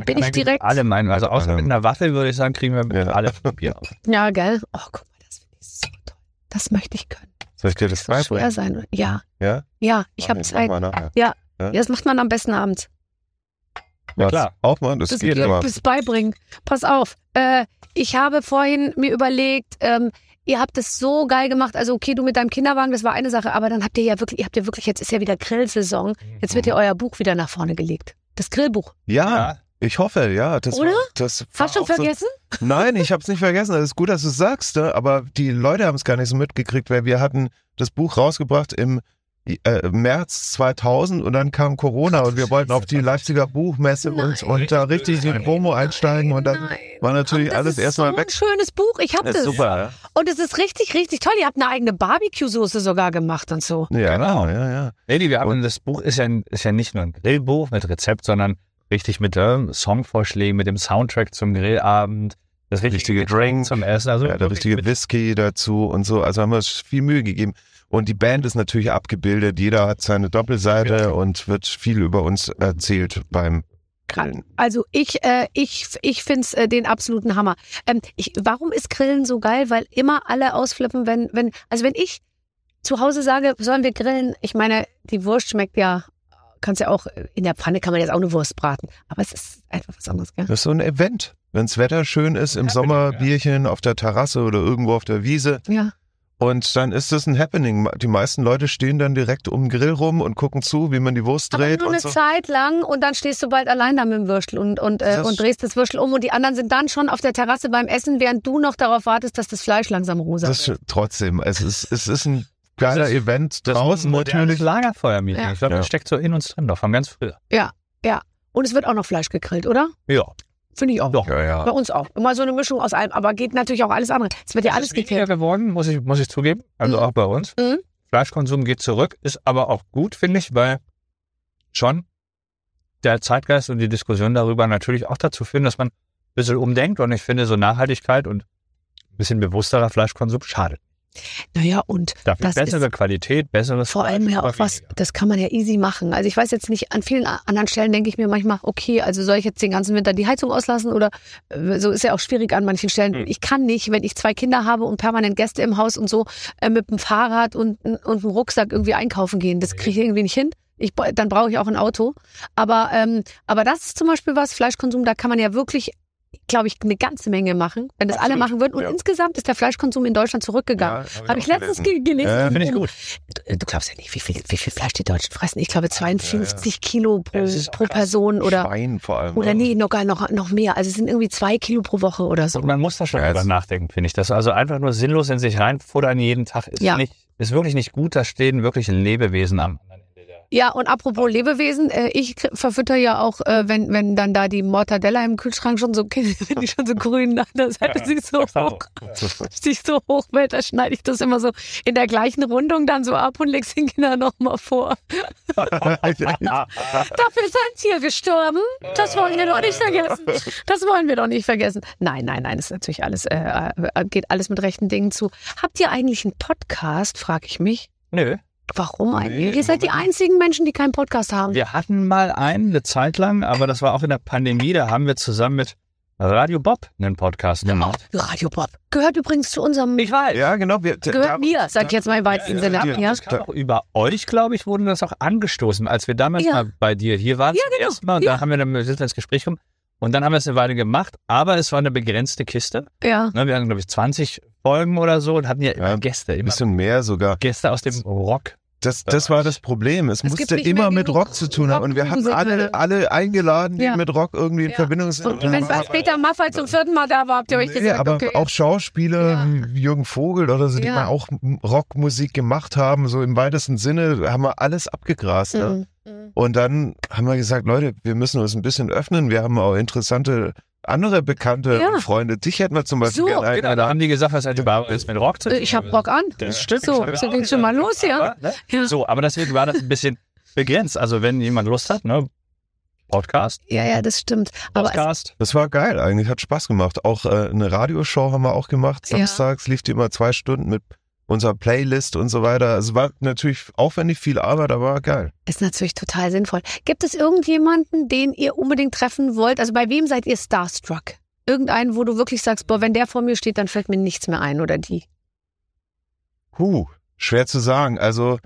S4: Bin ich direkt.
S5: Alle meinen, also außer
S6: Allem.
S5: mit einer Waffel würde ich sagen, kriegen wir mit
S6: Ja.
S5: alle Bier auf.
S4: Ja, gell? Oh, guck mal, das finde ich so toll. Das möchte ich können.
S6: Soll ich dir das
S4: Das soll schwer
S6: beibringen?
S4: sein. Ja,
S6: Ja?
S4: ja, Also, ich
S6: Mach
S4: habe
S6: ich, mach
S4: Zeit.
S6: mal nachher.
S4: Ja. ja,
S6: Ja?
S4: das macht man am besten abends.
S5: Na klar.
S6: Was? Auch mal, das,
S4: das
S6: geht
S4: Glück
S6: immer.
S4: bis beibringen. Pass auf. Äh, ich habe vorhin mir überlegt, ähm, ihr habt es so geil gemacht. Also okay, du mit deinem Kinderwagen, das war eine Sache, aber dann habt ihr ja wirklich, ihr habt ja wirklich, jetzt ist ja wieder Grillsaison. Jetzt wird ja
S6: Mhm.
S4: euer Buch wieder nach vorne gelegt. Das Grillbuch.
S6: Ja, ich hoffe, ja. Das
S4: Oder?
S6: War, das war
S4: Hast du schon
S6: auch so-
S4: vergessen?
S6: Nein, ich habe es nicht vergessen. Das ist gut, dass du es sagst, ne? aber die Leute haben es gar nicht so mitgekriegt, weil wir hatten das Buch rausgebracht im äh, März 2000 und dann kam Corona und wir wollten auf die Leipziger Buchmesse und, und da richtig in die Promo einsteigen und dann
S4: Nein.
S6: war natürlich
S4: Ach, das
S6: alles
S4: ist
S6: erstmal
S4: so
S6: weg.
S4: Ein schönes Buch. Ich habe
S5: Das ist
S4: das.
S5: super. ja.
S4: Und es ist richtig, richtig toll. Ihr habt eine eigene Barbecue-Soße sogar gemacht und so.
S6: Ja,
S5: Genau.
S6: ja, ja.
S5: Nee, nee, wir haben, das Buch ist ja, ein- ist ja nicht nur ein Grillbuch mit Rezept, sondern richtig mit ähm, Songvorschlägen, mit dem Soundtrack zum Grillabend, das richtige,
S6: Richtige
S5: Getränk
S6: Drink.
S5: zum Essen.
S4: Ne,
S5: Also
S6: Ja, der
S5: wirklich
S6: richtige
S5: mit-
S6: Whisky dazu und so. Also haben wir uns viel Mühe gegeben. Und die Band ist natürlich abgebildet. Jeder hat seine Doppelseite
S4: Genau.
S6: und wird viel über uns erzählt beim Grillen.
S4: Also ich, äh, ich, ich find's äh, den absoluten Hammer. Ähm, ich, warum ist Grillen so geil? Weil immer alle ausflippen, wenn, wenn, also wenn ich zu Hause sage, sollen wir grillen? Ich meine, die Wurst schmeckt ja, kannst ja auch, in der Pfanne kann man jetzt auch eine Wurst braten. Aber es ist einfach was anderes, gell?
S6: Das ist so ein Event. Wenn's Wetter schön ist,
S4: genau,
S6: im Sommer Bierchen auf der Terrasse oder irgendwo auf der Wiese.
S4: Ja.
S6: Und dann ist das ein Happening. Die meisten Leute stehen dann direkt um den Grill rum und gucken zu, wie man die Wurst
S4: Aber
S6: dreht
S4: nur eine
S6: und so.
S4: Zeit lang und dann stehst du bald allein da mit dem Würstel und, und, äh,
S6: Das-
S4: und drehst das Würstel um und die anderen sind dann schon auf der Terrasse beim Essen, während du noch darauf wartest, dass das Fleisch langsam rosa
S6: Das
S4: wird.
S6: ist trotzdem. Es ist, es ist ein geiler
S5: Das ist-
S6: Event
S5: Das ist ein
S6: draußen
S5: modernes
S6: natürlich.
S5: Lagerfeuermädchen.
S4: Ja.
S5: Ich glaube,
S6: Ja.
S5: das steckt so in uns drin, noch von ganz früher.
S4: Und es wird auch noch Fleisch gegrillt, oder?
S5: Ja.
S4: Finde ich auch.
S5: Doch.
S6: Ja, ja.
S4: Bei uns auch. Immer so eine Mischung aus allem, aber geht natürlich auch alles andere. Es wird ja alles
S5: ist weniger
S4: gekillt.
S5: geworden, muss ich, muss ich zugeben. Also
S4: Mhm.
S5: auch bei uns.
S4: Mhm.
S5: Fleischkonsum geht zurück, ist aber auch gut, finde ich, weil schon der Zeitgeist und die Diskussion darüber natürlich auch dazu führen, dass man ein bisschen umdenkt. Und ich finde, so Nachhaltigkeit und ein bisschen bewussterer Fleischkonsum schadet.
S4: Naja, und
S5: Dafür
S4: Das
S5: bessere Qualität, besseres
S4: vor allem
S5: Fleisch,
S4: ja
S5: aber
S4: auch was,
S5: weniger.
S4: das kann man ja easy machen. Also ich weiß jetzt nicht, an vielen a- anderen Stellen denke ich mir manchmal, okay, also soll ich jetzt den ganzen Winter die Heizung auslassen oder äh, so ist ja auch schwierig an manchen Stellen. Ich kann nicht, wenn ich zwei Kinder habe und permanent Gäste im Haus und so, äh, mit dem Fahrrad und, und einem Rucksack irgendwie einkaufen gehen. Das kriege ich irgendwie nicht hin. Ich, bra- dann brauche ich auch ein Auto. Aber, ähm, aber das ist zum Beispiel was, Fleischkonsum, da kann man ja wirklich, glaube ich, eine ganze Menge machen, wenn das alle
S6: Absolut,
S4: machen würden. Und
S6: ja.
S4: insgesamt ist der Fleischkonsum in Deutschland zurückgegangen.
S6: Ja,
S4: Habe ich letztens ge- gelesen.
S6: Ja,
S5: Äh, Finde ich gut.
S4: Du, du glaubst ja nicht, wie viel, wie viel Fleisch die Deutschen fressen. Ich glaube 52 Kilo pro,
S5: Das ist auch ne?
S4: pro
S5: krass.
S4: Person oder,
S6: Schwein vor allem.
S4: oder nee, noch, gar- noch, noch mehr. Also es sind irgendwie zwei Kilo pro Woche oder so.
S5: Und man muss da schon
S6: Ja,
S5: drüber
S6: jetzt-
S5: nachdenken, finde ich. Das also einfach nur sinnlos in sich reinfuttern jeden Tag ist
S4: Ja.
S5: nicht, ist wirklich nicht gut. Da stehen wirklich Lebewesen am anderen Ende der
S4: Ja, und apropos Lebewesen, äh, ich kr- verfütter ja auch, äh, wenn, wenn dann da die Mortadella im Kühlschrank schon so, wenn die schon so grün, dann seite sie so hoch, sich so hoch wird, da schneide ich das immer so in der gleichen Rundung dann so ab und leg's den Kindern nochmal vor. Dafür ist ein Tier gestorben. Das wollen wir doch nicht vergessen. Das wollen wir doch nicht vergessen. Nein, nein, nein, ist natürlich alles, äh, äh, geht alles mit rechten Dingen zu. Habt ihr eigentlich einen Podcast, frage ich mich.
S5: Nö.
S4: Warum
S6: Nee,
S4: eigentlich? Ihr
S6: im
S4: seid die
S6: Moment
S4: einzigen Menschen, die keinen Podcast haben.
S5: Wir hatten mal einen eine Zeit lang, aber das war auch in der Pandemie. Da haben wir zusammen mit Radio Bob einen Podcast gemacht.
S4: Radio Bob. Gehört übrigens zu unserem,
S5: Ich weiß.
S6: Ja, genau. Wir,
S4: gehört mir, sag ich jetzt mal im weitesten
S6: ja,
S4: Sinne.
S6: ja,
S4: Ja,
S5: Das kam auch über euch, glaube ich, wurde das auch angestoßen, als wir damals
S4: Ja.
S5: mal bei dir hier waren.
S4: Ja,
S5: zum
S4: genau.
S5: ersten Mal, und da haben wir dann wir sind ins Gespräch gekommen. Und dann haben wir es eine Weile gemacht, aber es war eine begrenzte Kiste.
S4: ja.
S5: Ne, Wir hatten, glaube ich, 20 Folgen oder so und hatten ja, immer
S6: Ja,
S5: Gäste,
S6: Ein
S5: immer
S6: bisschen mehr sogar.
S5: Gäste aus dem Rock.
S6: Das, das war das Problem. Es,
S4: Es gibt
S6: musste
S4: nicht mehr
S6: immer mit
S4: genug
S6: Rock zu tun haben. Und wir hatten
S4: Rockmusiker.
S6: alle, alle eingeladen, die
S4: Ja.
S6: mit Rock irgendwie in
S4: Ja.
S6: Verbindung sind.
S4: Und wenn
S6: dann-
S4: was Peter Maffay zum vierten Mal da war, habt ihr euch
S6: Nee,
S4: gesagt,
S6: aber
S4: okay.
S6: auch Schauspieler wie Jürgen Vogel oder so, die
S4: Ja.
S6: mal auch M- Rockmusik gemacht haben, so im weitesten Sinne, haben wir alles abgegrast. Ne?
S4: Mhm. Mhm.
S6: Und dann haben wir gesagt, Leute, wir müssen uns ein bisschen öffnen. Wir haben auch interessante andere Bekannte
S4: Ja.
S6: und Freunde. Dich hätten wir zum Beispiel
S4: So,
S6: gerne
S5: Genau, da haben die gesagt, was hat die Barbara jetzt mit Rock zu tun?
S4: Äh, Ich hab Rock an.
S5: Das stimmt.
S4: So,
S5: Ich hab
S4: so
S5: auch
S4: ging's schon mal los hier.
S5: Aber, ne?
S4: Ja.
S5: So, aber deswegen war das ein bisschen begrenzt. Also wenn jemand Lust hat, ne? Podcast,
S4: Ja, ja, das stimmt. Aber es,
S5: Podcast.
S6: Das war geil eigentlich, hat Spaß gemacht. Auch äh, eine Radioshow haben wir auch gemacht.
S4: Ja.
S6: Samstags lief die immer zwei Stunden mit unserer Playlist und so weiter. Also war natürlich aufwendig, viel Arbeit, aber war geil.
S4: Ist natürlich total sinnvoll. Gibt es irgendjemanden, den ihr unbedingt treffen wollt? Also bei wem seid ihr starstruck? Irgendeinen, wo du wirklich sagst, boah, wenn der vor mir steht, dann fällt mir nichts mehr ein oder die.
S6: Huh, schwer zu sagen. Also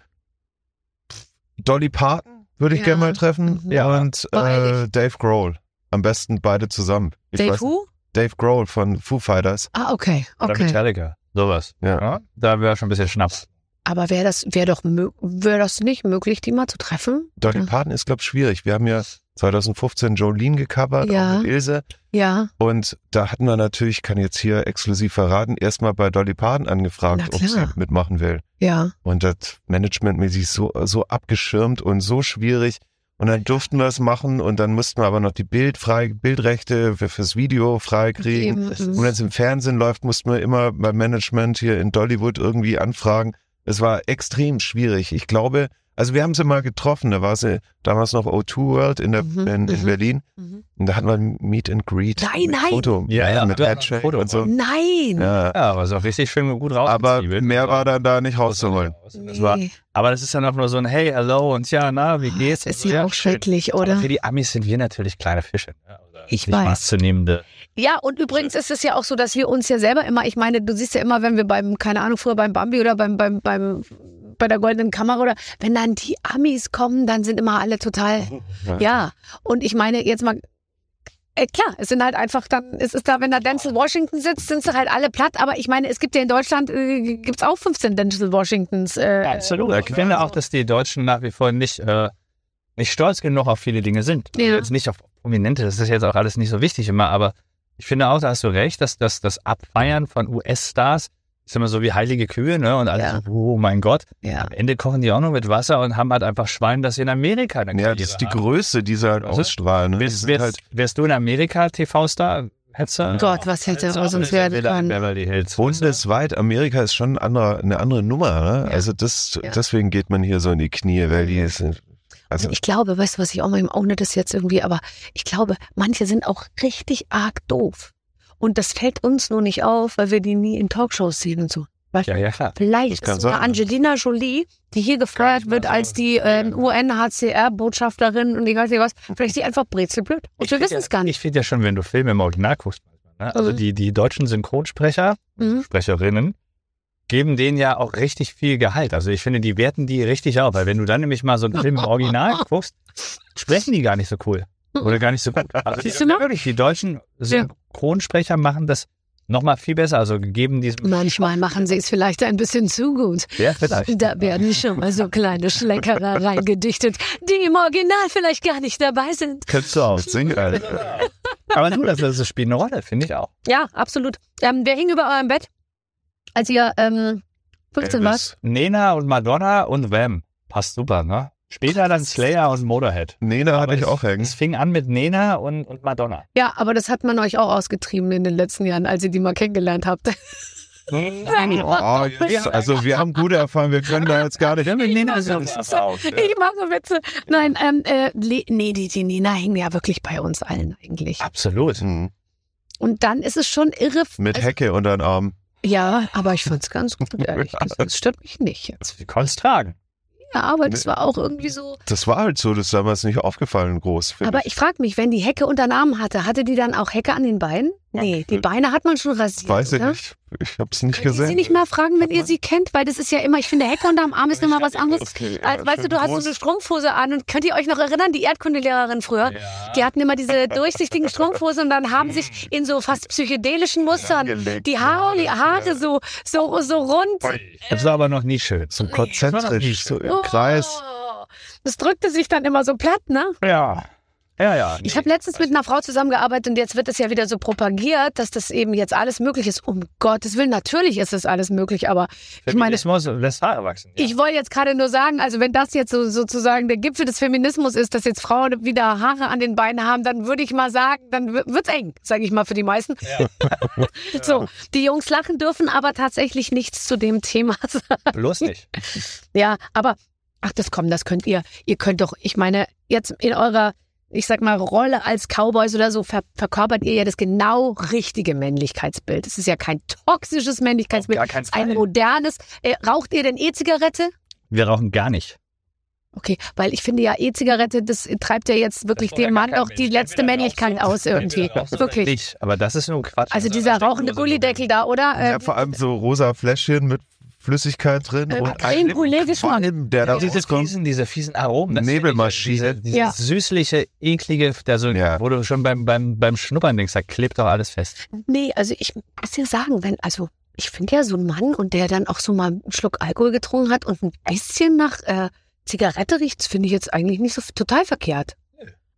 S6: pff, Dolly Parton würde ich
S4: Ja.
S6: gerne mal treffen
S4: Mhm.
S5: Ja.
S6: und
S4: Weil
S6: äh, Dave Grohl. Am besten beide zusammen. Ich
S4: Dave
S6: weiß nicht.
S4: Who?
S6: Dave Grohl von Foo Fighters.
S4: Ah, okay,
S5: Oder
S4: okay.
S5: Metallica. Sowas.
S6: Ja.
S5: Ja, da wäre schon ein bisschen Schnaps.
S4: Aber wäre das, wäre doch, mö- wäre das nicht möglich, die mal zu treffen?
S6: Dolly
S4: Ja.
S6: Parton ist, glaube ich, schwierig. Wir haben ja 2015 Jolene gecovert, auch
S4: Ja.
S6: mit Ilse.
S4: Ja.
S6: Und da hatten wir natürlich, kann jetzt hier exklusiv verraten, erstmal bei Dolly Parton
S4: Na
S6: angefragt, ob sie
S4: klar.
S6: mitmachen will.
S4: Ja.
S6: Und das managementmäßig so, so abgeschirmt und so schwierig. Und dann durften wir es machen und dann mussten wir aber noch die Bild frei, Bildrechte für, fürs Video freikriegen.
S4: Eben, es ist-
S6: Und wenn es im Fernsehen läuft, mussten wir immer beim Management hier in Dollywood irgendwie anfragen. Es war extrem schwierig. Ich glaube, also wir haben sie mal getroffen. Da war sie damals noch O2 World in, der,
S4: Mhm,
S6: in, in
S4: mhm,
S6: Berlin.
S4: mhm.
S6: Und da hatten wir ein Meet and Greet.
S4: Nein,
S6: mit
S4: nein.
S6: Foto.
S5: Ja, ja,
S6: mit
S5: wir haben
S6: Headshake
S5: ein Foto.
S6: und so.
S4: Nein.
S6: Ja.
S5: Ja, aber ist auch richtig schön gut raus.
S6: Aber mehr war dann da nicht rauszuholen.
S5: Das war, aber das ist dann auch nur so ein Hey, hello und ja, na, wie geht's?
S4: Das ist
S5: Und so,
S4: ja auch
S5: schön.
S4: schrecklich,
S5: Aber
S4: oder?
S5: Für die Amis sind wir natürlich kleine Fische. ne? Oder
S4: Ich
S5: nicht
S4: weiß.
S5: Maßzunehmende.
S4: Ja, und übrigens ist es ja auch so, dass wir uns ja selber immer, ich meine, du siehst ja immer, wenn wir beim, keine Ahnung, früher beim Bambi oder beim, beim, beim, bei der goldenen Kamera oder wenn dann die Amis kommen, dann sind immer alle total, ja. Und ich meine, jetzt mal, äh, klar, es sind halt einfach dann, es ist da, wenn da Denzel Washington sitzt, sind sie halt alle platt, aber ich meine, es gibt ja in Deutschland, äh, gibt's auch 15 Denzel Washingtons. Äh,
S5: Absolut. Ich finde auch, dass die Deutschen nach wie vor nicht, äh, nicht stolz genug auf viele Dinge sind. Also
S4: Ja.
S5: Jetzt nicht auf Prominente, das ist jetzt auch alles nicht so wichtig immer, aber ich finde auch, da hast du recht, dass, dass das Abfeiern von US-Stars ist immer so wie heilige Kühe, ne? Und alle
S4: Ja.
S5: so, oh mein Gott.
S4: ja.
S5: Am Ende kochen die auch noch mit Wasser und haben halt einfach Schwein, dass sie in Amerika eine
S6: Ja,
S5: Karriere
S6: das ist die
S5: haben.
S6: Größe, die sie halt
S5: Also,
S6: ausstrahlen. Ne? Die
S5: Wärst,
S6: sind
S5: wärst,
S6: halt,
S5: wärst du in Amerika TV-Star? Hättest du.
S4: Gott, was hätte
S5: Hättest du
S4: aus
S5: auch
S4: uns
S5: eine
S4: werden
S5: Villa in
S4: können.
S5: Beverly Hills.
S6: Bundesweit, Amerika ist schon ein anderer, eine andere Nummer. Ne?
S4: Ja.
S6: Also das,
S4: Ja.
S6: deswegen geht man hier so in die Knie, weil die sind. Also
S4: Und ich glaube, weißt du, was ich auch mal, auch nicht das jetzt irgendwie, aber ich glaube, manche sind auch richtig arg doof. Und das fällt uns nur nicht auf, weil wir die nie in Talkshows sehen und so. Weißt du?
S5: Ja, ja, klar.
S4: Vielleicht
S6: Das kann
S4: ist sogar
S6: sein.
S4: Angelina Jolie, die hier
S5: Gar
S4: gefeiert
S5: nicht
S4: wird
S5: mal genau. so.
S4: als die ähm, UNHCR-Botschafterin und ich weiß nicht was, vielleicht ist sie einfach brezelblöd. Und wir
S5: find
S4: wissen es
S5: ja,
S4: gar nicht.
S5: Ich finde ja schon, wenn du Filme im Original guckst, manchmal, ne? also
S4: Mhm.
S5: die, die deutschen Synchronsprecher, also
S4: Mhm.
S5: Sprecherinnen, geben denen ja auch richtig viel Gehalt. Also ich finde, die werten die richtig auf, weil wenn du dann nämlich mal so einen Film im Original guckst, sprechen die gar nicht so cool. Oder gar nicht so gut. Also
S4: Mhm. Siehst du mal?
S5: wirklich, die deutschen Synchronsprecher machen das nochmal viel besser. Also geben diesem
S4: Manchmal machen sie es vielleicht ein bisschen zu gut.
S5: Ja, vielleicht.
S4: Da werden schon mal so kleine Schleckerer reingedichtet, die im Original vielleicht gar nicht dabei sind.
S5: Könntest du auch.
S6: Sing, Alter.
S5: Aber du, das, das spielt eine Rolle, finde ich auch.
S4: Ja, absolut. Ähm, wer hing über eurem Bett, als ihr ähm, 15 wart?
S6: Elvis,
S5: Nena und Madonna und Wham. Passt super, ne? Später dann Slayer und Motorhead.
S6: Nena
S5: Aber
S6: hatte ich
S5: es-
S6: auch hängen.
S5: Es fing an mit Nena und, und Madonna.
S4: Ja, aber das hat man euch auch ausgetrieben in den letzten Jahren, als ihr die mal kennengelernt habt.
S6: Oh, jetzt, also wir haben gute Erfahrungen, wir können da jetzt gar nicht.
S5: Nena aus.
S4: Ich mache Witze. Nein, ähm, äh, Le- nee, die, die Nina hing ja wirklich bei uns allen eigentlich.
S5: Absolut.
S6: Hm.
S4: Und dann ist es schon irre.
S5: Also
S6: Mit Hecke unter den Arm.
S4: Ja, aber ich fand's ganz gut, ehrlich gesagt. Es stört mich nicht jetzt.
S5: Sie konnten es tragen.
S4: Ja, aber das war auch irgendwie so.
S6: Das war halt so, das ist damals nicht aufgefallen groß. finde
S4: Aber ich frage mich, wenn die Hecke unter den Armen hatte, hatte die dann auch Hecke an den Beinen? Nee, die Beine hat man schon rasiert. ne?
S6: ich. Weiß ich
S4: oder?
S6: nicht. Ich habe es nicht
S4: Könnt ihr
S6: gesehen.
S4: sie nicht mal fragen, wenn ihr sie kennt, weil das ist ja immer, ich finde, Hecke unterm Arm ist nochmal was anderes.
S6: Okay, ja,
S4: als, weißt du,
S6: schön
S4: du hast
S6: groß.
S4: so eine Strumpfhose an und könnt ihr euch noch erinnern, die Erdkundelehrerin früher, die hatten immer diese durchsichtigen Strumpfhosen und dann haben sich in so fast psychedelischen Mustern
S6: Angelegt,
S4: die Haare, die Haare so, so, so rund.
S5: Das war aber noch nie schön.
S6: So konzentrisch, so im Kreis.
S4: Oh, das drückte sich dann immer so platt, ne?
S5: Ja. Ja, ja.
S4: Ich habe letztens mit einer Frau zusammengearbeitet und jetzt wird es ja wieder so propagiert, dass das eben jetzt alles möglich ist. Um Gottes Willen, natürlich ist das alles möglich, aber ich meine,
S5: Feminismus lässt Haare wachsen. Ja.
S4: Ich wollte jetzt gerade nur sagen, also wenn das jetzt so, sozusagen der Gipfel des Feminismus ist, dass jetzt Frauen wieder Haare an den Beinen haben, dann würde ich mal sagen, dann wi- wird's eng, sage ich mal für die meisten. so, die Jungs lachen dürfen aber tatsächlich nichts zu dem Thema sagen.
S5: Bloß nicht.
S4: Ja, aber ach, das kommt, das könnt ihr. Ihr könnt doch, ich meine, jetzt in eurer ich sag mal, Rolle als Cowboys oder so, ver verkörpert ihr ja das genau richtige Männlichkeitsbild. Es ist ja kein toxisches Männlichkeitsbild,
S5: Auf gar keinen
S4: es ist ein
S5: Fall.
S4: modernes. Äh, raucht ihr denn E-Zigarette?
S5: Wir rauchen gar nicht.
S4: Okay, weil ich finde ja, E-Zigarette, das treibt ja jetzt wirklich dem Mann doch die letzte Männlichkeit aus irgendwie. Wirklich.
S5: Nicht. Aber das ist nur Quatsch.
S4: Also dieser rauchende Gullideckel da, oder?
S6: Ja, vor allem so rosa Fläschchen mit Flüssigkeit drin.
S4: Ähm, Äh,
S6: und
S4: Creme
S6: einem
S4: Brûlée Geschmack.
S6: Qualm, der da
S5: diese
S6: rauskommt.
S5: fiesen, diese fiesen Aromen. das Diese,
S6: Nebelmaschine.
S5: diese
S4: Ja.
S5: süßliche, eklige, da so,
S6: Ja.
S5: wo du schon beim, beim, beim Schnuppern denkst, da klebt doch alles fest.
S4: Nee, also ich muss dir sagen, wenn, also ich finde ja so einen Mann und der dann auch so mal einen Schluck Alkohol getrunken hat und ein bisschen nach äh, Zigarette riecht, das finde ich jetzt eigentlich nicht so f- total verkehrt.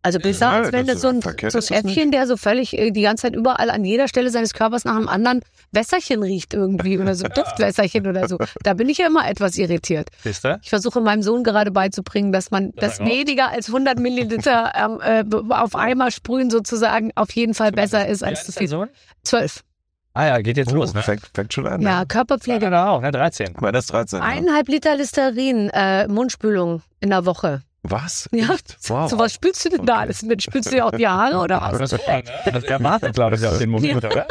S4: Also Bill sah, als
S6: das
S4: wenn das
S6: ist
S4: so ein, so
S6: verkehrt, ist
S4: ein
S6: das nicht.
S4: Äffchen, der so völlig äh, die ganze Zeit überall an jeder Stelle seines Körpers nach einem anderen Wässerchen riecht irgendwie oder so Duftwässerchen oder so. Da bin ich ja immer etwas irritiert.
S5: Siehst du?
S4: Ich versuche meinem Sohn gerade beizubringen, dass man das
S5: raus.
S4: weniger als 100 Milliliter ähm, äh, b- auf einmal sprühen sozusagen auf jeden Fall besser ist also als zu viel.
S5: Sohn?
S4: Zwölf.
S5: Ah ja, geht jetzt
S6: Oh,
S5: los, ne?
S6: fängt, fängt schon an.
S4: Ja, genau.
S5: Ja,
S4: Körperpflege.
S5: genau, ne? 13.
S6: Meiner ist ne? 13. Ja.
S4: Eineinhalb Liter Listerin, äh, Mundspülung in der Woche.
S6: Was?
S4: Ja,
S6: Echt? Wow.
S4: So was spülst du denn da alles mit? Spülst du dir auch die Haare oder was?
S5: Das ist cool, ne? Der wartet, glaube ich, auf den Moment, oder?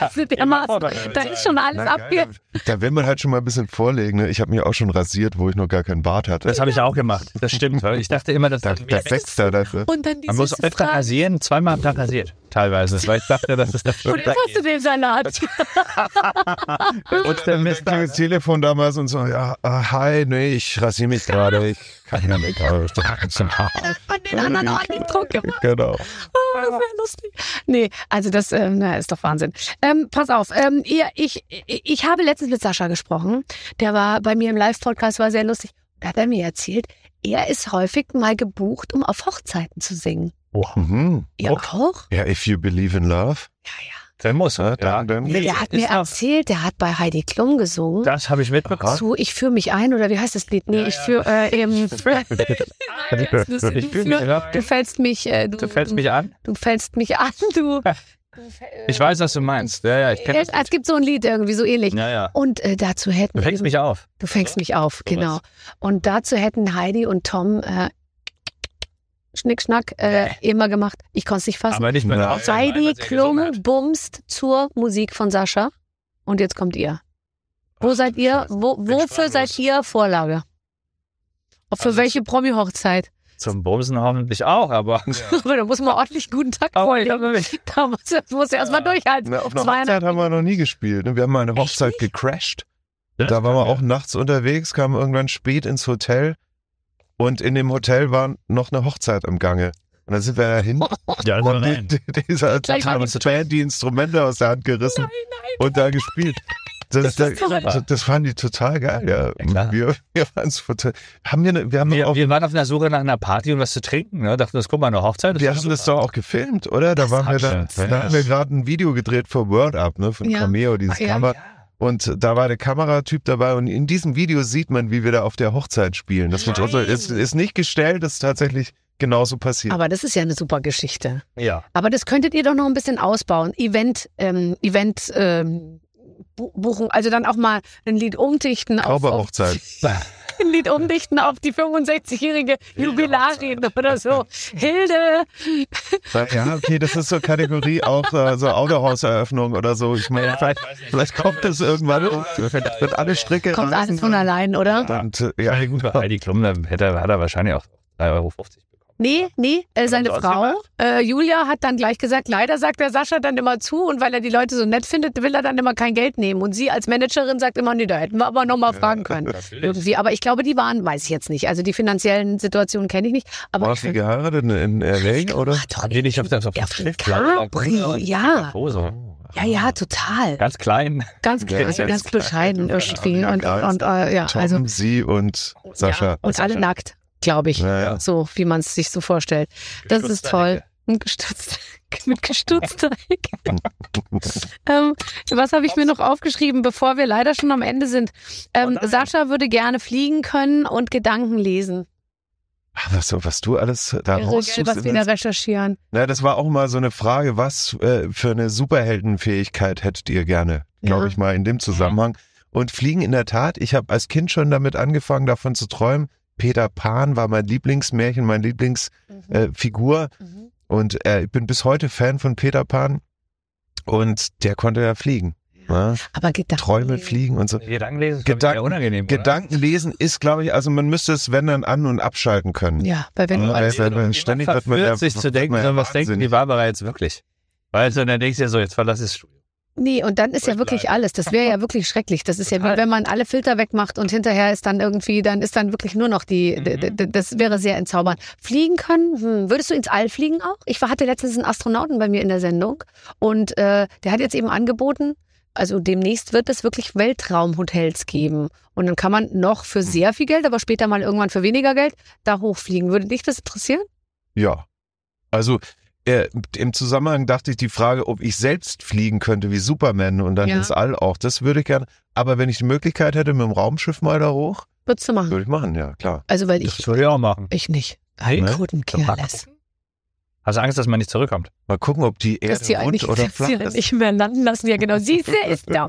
S4: Das ist dermaßen, genau, da ist schon alles
S6: Na,
S4: abge...
S6: geil, da, da will man halt schon mal ein bisschen vorlegen. Ne? Ich habe mir auch schon rasiert, wo ich noch gar keinen Bart hatte.
S5: Das habe ich auch gemacht. Das stimmt. weil Ich dachte immer, dass
S6: Da,
S5: das
S6: da wächst er. Das, ne?
S4: Und dann die
S5: Man muss
S4: süße
S5: öfter
S4: Frage,
S5: rasieren, zweimal am Tag rasiert, teilweise. Weil ich dachte, dass es das
S4: und jetzt hast du den Salat.
S5: Und der
S6: Dann
S5: Mist
S6: ging das Telefon damals und so, ja, äh, hi, nee, ich rasiere mich gerade, ich kann ja nicht. aber ich trage zum Haar.
S4: Von den anderen auch nicht Druck gemacht.
S6: Genau.
S4: Oh, das wäre lustig. Nee, also das ähm, na, ist doch Wahnsinn. Ähm, pass auf, ähm, ihr, ich, ich, ich habe letztens mit Sascha gesprochen. Der war bei mir im Live-Podcast, war sehr lustig. Da hat er mir erzählt, er ist häufig mal gebucht, um auf Hochzeiten zu singen.
S6: Mhm.
S4: Ihr
S5: Och.
S4: auch?
S6: Ja, if you believe in love,
S4: Ja, ja.
S5: Dann muss
S6: ne,
S5: er. Ja.
S6: dann, dann.
S4: Er hat
S5: Ist
S4: mir
S5: auch-
S4: erzählt, der hat bei Heidi Klum gesungen.
S5: Das habe ich mitbekommen.
S4: zu Ich führe mich ein oder wie heißt das Lied? Nee, ich führe äh, im
S5: Ich fühl mich erlaubt.
S4: Du fällst mich, äh, du,
S5: Du fällst mich an.
S4: du fällst mich an, du.
S5: Ich weiß, was du meinst. Ja, ja, ich kenne
S4: Äh, Es,
S5: das.
S4: es gibt so ein Lied irgendwie so ähnlich.
S5: Ja, ja.
S4: Und äh, dazu hätten
S5: Du fängst mich auf.
S4: du fängst mich auf, genau. Und dazu hätten Heidi und Tom äh, Schnickschnack äh, immer gemacht. Ich konnte es nicht fassen.
S5: Aber nicht mehr
S6: Nein.
S5: auf.
S4: Heidi
S5: ne?
S4: Klum bumst zur Musik von Sascha. Und jetzt kommt ihr. Wo seid ihr? Wo, wofür seid ihr Vorlage? Ob für
S5: Also
S4: welche Promi-Hochzeit?
S5: Zum Bumsen hoffentlich auch, aber.
S4: da muss man ordentlich guten Tag
S5: Aber ich
S4: vorlegen. Da muss, das muss er erstmal durchhalten.
S6: Na, auf einer
S4: Zwei-
S6: Hochzeit haben wir noch nie gespielt. Ne? Wir haben mal eine Hochzeit gecrashed. Da waren wir auch nachts unterwegs, kamen irgendwann spät ins Hotel und in dem Hotel war noch eine Hochzeit im Gange. Und dann sind wir dahin
S5: Ja,
S6: und
S5: Oh nein.
S6: die, die, dieser
S4: Gleich mal
S6: hat die Band die Instrumente aus der Hand gerissen und da gespielt. Das,
S5: Das ist
S6: das,
S5: clever.
S6: das, fanden die total geil, ja.
S5: Ja, klar.
S6: wir, wir waren ins Hotel. Haben wir, ne- wir haben,
S5: Wir,
S6: auch,
S5: wir waren auf einer Suche nach einer Party und was zu trinken. Ne? Dachten uns, guck mal, eine Hochzeit.
S6: wir haben das doch auch gefilmt, oder? Da waren wir da,
S5: hat's.
S6: da haben wir gerade ein Video gedreht für Word Up, ne? Von
S4: Ja.
S6: Cameo, dieses
S4: Ach ja.
S6: Kamera. Und da war der Kameratyp dabei und in diesem Video sieht man, wie wir da auf der Hochzeit spielen. Das wird also, ist, ist nicht gestellt, das ist tatsächlich genauso passiert.
S4: Aber das ist ja eine super Geschichte.
S5: Ja.
S4: Aber das könntet ihr doch noch ein bisschen ausbauen. Event, ähm, Event, ähm, Bu- Buchung, also dann auch mal ein Lied umdichten auf, auf
S6: Zauberhochzeit.
S4: ein Lied umdichten auf die 65-jährige Jubilarin oder so. Hilde,
S6: Ja, okay, das ist so Kategorie auch äh, so Autohauseröffnung oder so. Ich meine, vielleicht, vielleicht kommt das irgendwann. Vielleicht wird alle Stricke
S4: kommt alles
S6: reißen
S4: von allein, oder?
S6: Und, äh, ja,
S5: Gut, bei Heidi Klum, da hätte, er- hat er wahrscheinlich auch 3,50 Euro bekommen.
S4: Nee, nee, äh, seine
S5: sonst
S4: Frau, äh, Julia, hat dann gleich gesagt, leider sagt der Sascha dann immer zu und weil er die Leute so nett findet, will er dann immer kein Geld nehmen. Und sie als Managerin sagt immer, nee, da hätten wir aber nochmal fragen können. Irgendwie, aber ich glaube, die waren, weiß ich jetzt nicht. Also die finanziellen Situationen kenne ich nicht. Aber
S6: warst du geheiratet in, in L.A., oder?
S5: Haben die nicht auf das auf
S4: Ah, Ja,
S5: dem Schiff?
S4: Capri, ja.
S5: Hose.
S4: ja, ja, total.
S5: Ganz klein.
S4: Ganz klein,
S6: ja,
S4: ganz bescheiden irgendwie.
S6: Ja,
S4: Und,
S6: klar.
S4: und äh, ja,
S6: Tom,
S4: also
S6: sie und Sascha.
S4: Ja, und alle nackt, glaube ich.
S6: Ja, ja.
S4: So, wie man es sich so vorstellt. Das ist toll. Ein Gestutzt, mit gestutzter Ecke. ähm, was habe ich mir noch aufgeschrieben, bevor wir leider schon am Ende sind? Ähm, Sascha würde gerne fliegen können und Gedanken lesen.
S6: Ach, was, du- was du alles da
S4: Irre, gell,
S6: raussuchst.
S4: was
S6: in
S4: wir
S6: den
S4: da recherchieren.
S6: Na, das war auch mal so eine Frage, was äh, für eine Superheldenfähigkeit hättet ihr gerne, glaube
S4: Ja.
S6: ich mal in dem Zusammenhang. Und Fliegen in der Tat, ich habe als Kind schon damit angefangen, davon zu träumen. Peter Pan war mein Lieblingsmärchen, meine Äh, Lieblingsfigur.
S4: Mhm.
S6: und äh, ich bin bis heute Fan von Peter Pan. Und der konnte ja fliegen. Ne?
S4: Aber Gedanken.
S6: Träume,
S4: lesen.
S6: fliegen und so.
S5: Gedanken lesen.
S6: Gedanken-
S5: Gedanken, unangenehm.
S6: Gedanken lesen ist, glaube ich, also man müsste es, wenn dann, an- und abschalten können.
S4: Ja, bei wenn
S6: Ja,
S4: du
S6: also, wenn man
S5: Ständig
S6: ständig wird man
S5: verführt,
S6: ja-
S5: sich zu
S6: wird man
S5: denken,
S6: ja
S5: sondern was denken
S6: wahnsinnig.
S5: die Barbara jetzt wirklich? Weil so, dann denkst du dir so, jetzt verlass das Studio.
S4: Nee, und dann ist ja wirklich alles. Das wäre ja wirklich schrecklich. Das ist ja wie wenn man alle Filter wegmacht und hinterher ist dann irgendwie, dann ist dann wirklich nur noch die, d- d- d- das wäre sehr entzaubernd. Fliegen können, hm. würdest du ins All fliegen auch? Ich war- hatte letztens einen Astronauten bei mir in der Sendung und äh, der hat jetzt eben angeboten, also demnächst wird es wirklich Weltraumhotels geben. Und dann kann man noch für sehr viel Geld, aber später mal irgendwann für weniger Geld da hochfliegen. Würde dich das interessieren?
S6: Ja. Also äh, im Zusammenhang dachte ich die Frage, ob ich selbst fliegen könnte wie Superman und dann
S4: Ja.
S6: ins All auch. Das würde ich gerne. Aber wenn ich die Möglichkeit hätte, mit dem Raumschiff mal da hoch,
S4: Würdest du machen?
S6: würde ich machen, ja, klar.
S4: Also, weil ich,
S5: Das würde ich auch machen.
S4: ich nicht.
S5: Hey,
S6: Ne?
S4: Couldn't care
S5: Mal gucken.
S4: less.
S5: Hast du Angst, dass man nicht zurückkommt?
S6: Mal gucken, ob die Erde
S4: Dass die
S6: rund
S4: eigentlich
S6: oder
S4: dass
S6: flach
S4: die
S6: ist.
S4: nicht mehr landen lassen. Ja, genau. Sie ist da.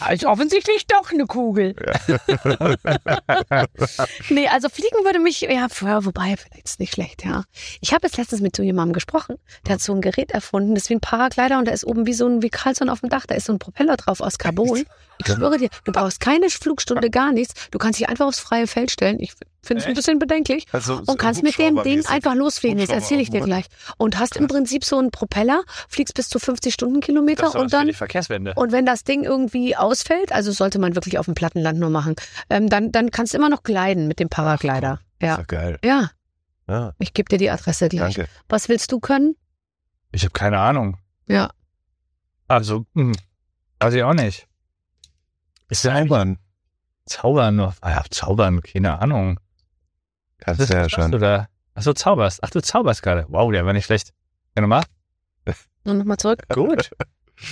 S4: Also offensichtlich doch eine Kugel. nee, also fliegen würde mich, ja, ja, wobei, vielleicht ist nicht schlecht, ja. Ich habe jetzt letztens mit so jemandem gesprochen, der hat so ein Gerät erfunden, das ist wie ein Paraglider und da ist oben wie so ein, wie Carlson auf dem Dach, da ist so ein Propeller drauf aus Carbon. Ich schwöre dir, du brauchst keine Flugstunde, gar nichts. Du kannst dich einfach aufs freie Feld stellen. Ich finde es ein
S5: Echt?
S4: bisschen bedenklich.
S6: Also, so
S4: Und kannst mit dem Ding
S6: Hubschraubermäßig.
S4: einfach losfliegen, das
S6: Hubschrauber ne?
S4: erzähle ich dir
S6: auf dem
S4: gleich. Und hast im Prinzip so einen Propeller, fliegst bis zu 50 Stundenkilometer und dann
S5: die Verkehrswende.
S4: und wenn das Ding irgendwie ausfällt, also sollte man wirklich auf dem Plattenland nur machen, ähm, dann, dann kannst du immer noch gleiten mit dem Paraglider.
S6: Ist
S4: Ja.
S6: ja geil.
S4: Ja,
S6: Ja,
S4: ich gebe dir die Adresse gleich.
S6: danke.
S4: Was willst du können?
S5: Ich habe keine Ahnung.
S4: Ja.
S5: Also, hm, weiß ich auch nicht. Ist ja einfach
S6: Zaubern
S5: Zaubern noch. Ah ja, Zaubern, keine Ahnung.
S6: kannst du ja
S5: machst du
S6: schon.
S5: da? Ach, du zauberst. Ach, du zauberst gerade. Wow, der war nicht schlecht. Ja, nochmal.
S4: Nur nochmal zurück.
S5: Gut.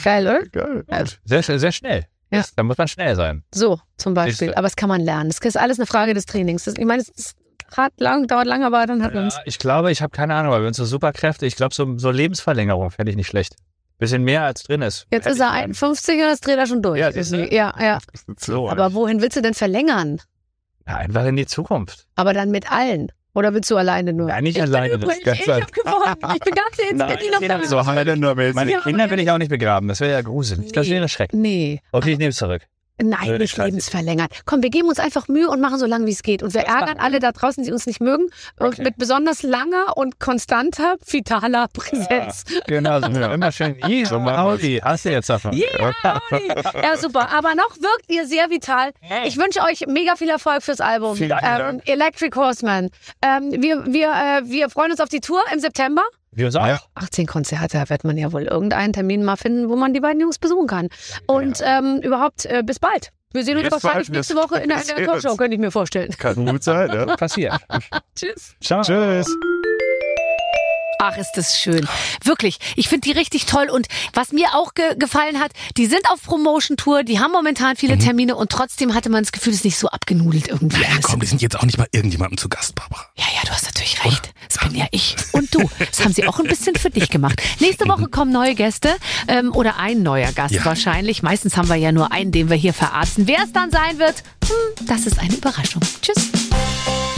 S4: Geil, oder?
S6: Geil.
S4: Also.
S5: Sehr, sehr sehr schnell.
S4: Ja.
S5: Da muss man schnell sein.
S4: So, zum Beispiel.
S5: Siehste.
S4: Aber es kann man lernen. Das ist alles eine Frage des Trainings. Das, ich meine, es ist hart lang, dauert lang, aber dann hat man es.
S5: Ja, ich glaube, ich habe keine Ahnung, weil wir uns so Superkräfte, ich glaube, so, so Lebensverlängerung fände ich nicht schlecht. Bisschen mehr als drin ist.
S4: Jetzt ist er 51 und das dreht er schon durch.
S5: Ja, siehste.
S4: ja, ja.
S5: So,
S4: Aber wohin willst du denn verlängern?
S5: ja, einfach in die Zukunft.
S4: Aber dann mit allen. Oder willst du alleine nur?
S5: Ja, nicht
S4: ich
S5: alleine,
S4: Bin
S5: das
S4: übrigens,
S5: kann
S4: ich
S5: sein.
S4: hab gewonnen. Ich bin ganz jetzt
S5: Nein,
S4: Berlin auf
S5: jeder
S4: der
S5: so Meine
S6: Highlander-mäßig.
S5: Kinder will ich auch nicht begraben. Das wäre ja gruselig. Das
S4: Nee.
S5: wäre schrecklich.
S4: Nee.
S5: Okay, ich nehme es zurück.
S4: Nein,
S5: Würde
S4: nicht
S5: ich sagen.
S4: lebensverlängert. Komm, wir geben uns einfach Mühe und machen so lange, wie es geht. Und wir ärgern alle da draußen, die uns nicht mögen. Und
S5: Okay.
S4: mit besonders langer und konstanter, vitaler Präsenz.
S5: Genau, so. immer schön. Ih, so Audi, hast du jetzt davon?
S4: Yeah, Audi. Ja, super. Aber noch wirkt ihr sehr vital. Ich wünsche euch mega viel Erfolg fürs Album. Ähm,
S6: Vielen Dank.
S4: Electric Horseman. Ähm, wir, wir, äh, wir freuen uns auf die Tour im September.
S5: Wir uns auch.
S6: Ja.
S4: 18 Konzerte da wird man ja wohl irgendeinen Termin mal finden, wo man die beiden Jungs besuchen kann. Und ähm, überhaupt, äh, bis bald. Wir sehen uns
S6: Bis
S4: wahrscheinlich
S6: bald.
S4: nächste Woche in der, in der
S6: Wir sehen uns.
S4: Talkshow, könnte ich mir vorstellen.
S6: Kann gut sein, ne?
S5: Passiert.
S4: Tschüss.
S5: Ciao.
S6: Tschüss.
S2: Ach, ist das schön. Wirklich. Ich finde die richtig toll. Und was mir auch ge gefallen hat, die sind auf Promotion-Tour, die haben momentan viele
S6: Mhm.
S2: Termine und trotzdem hatte man das Gefühl, es ist nicht so abgenudelt irgendwie
S3: Ja,
S2: alles.
S3: komm, die sind jetzt auch nicht bei irgendjemandem zu Gast, Barbara.
S2: Ja, ja, du hast natürlich recht. Das bin ja ich und du. Das haben sie auch ein bisschen für dich gemacht. Nächste Woche kommen neue Gäste ähm, oder ein neuer Gast
S3: Ja.
S2: wahrscheinlich. Meistens haben wir ja nur einen, den wir hier verarzen. Wer es dann sein wird, hm, das ist eine Überraschung. Tschüss.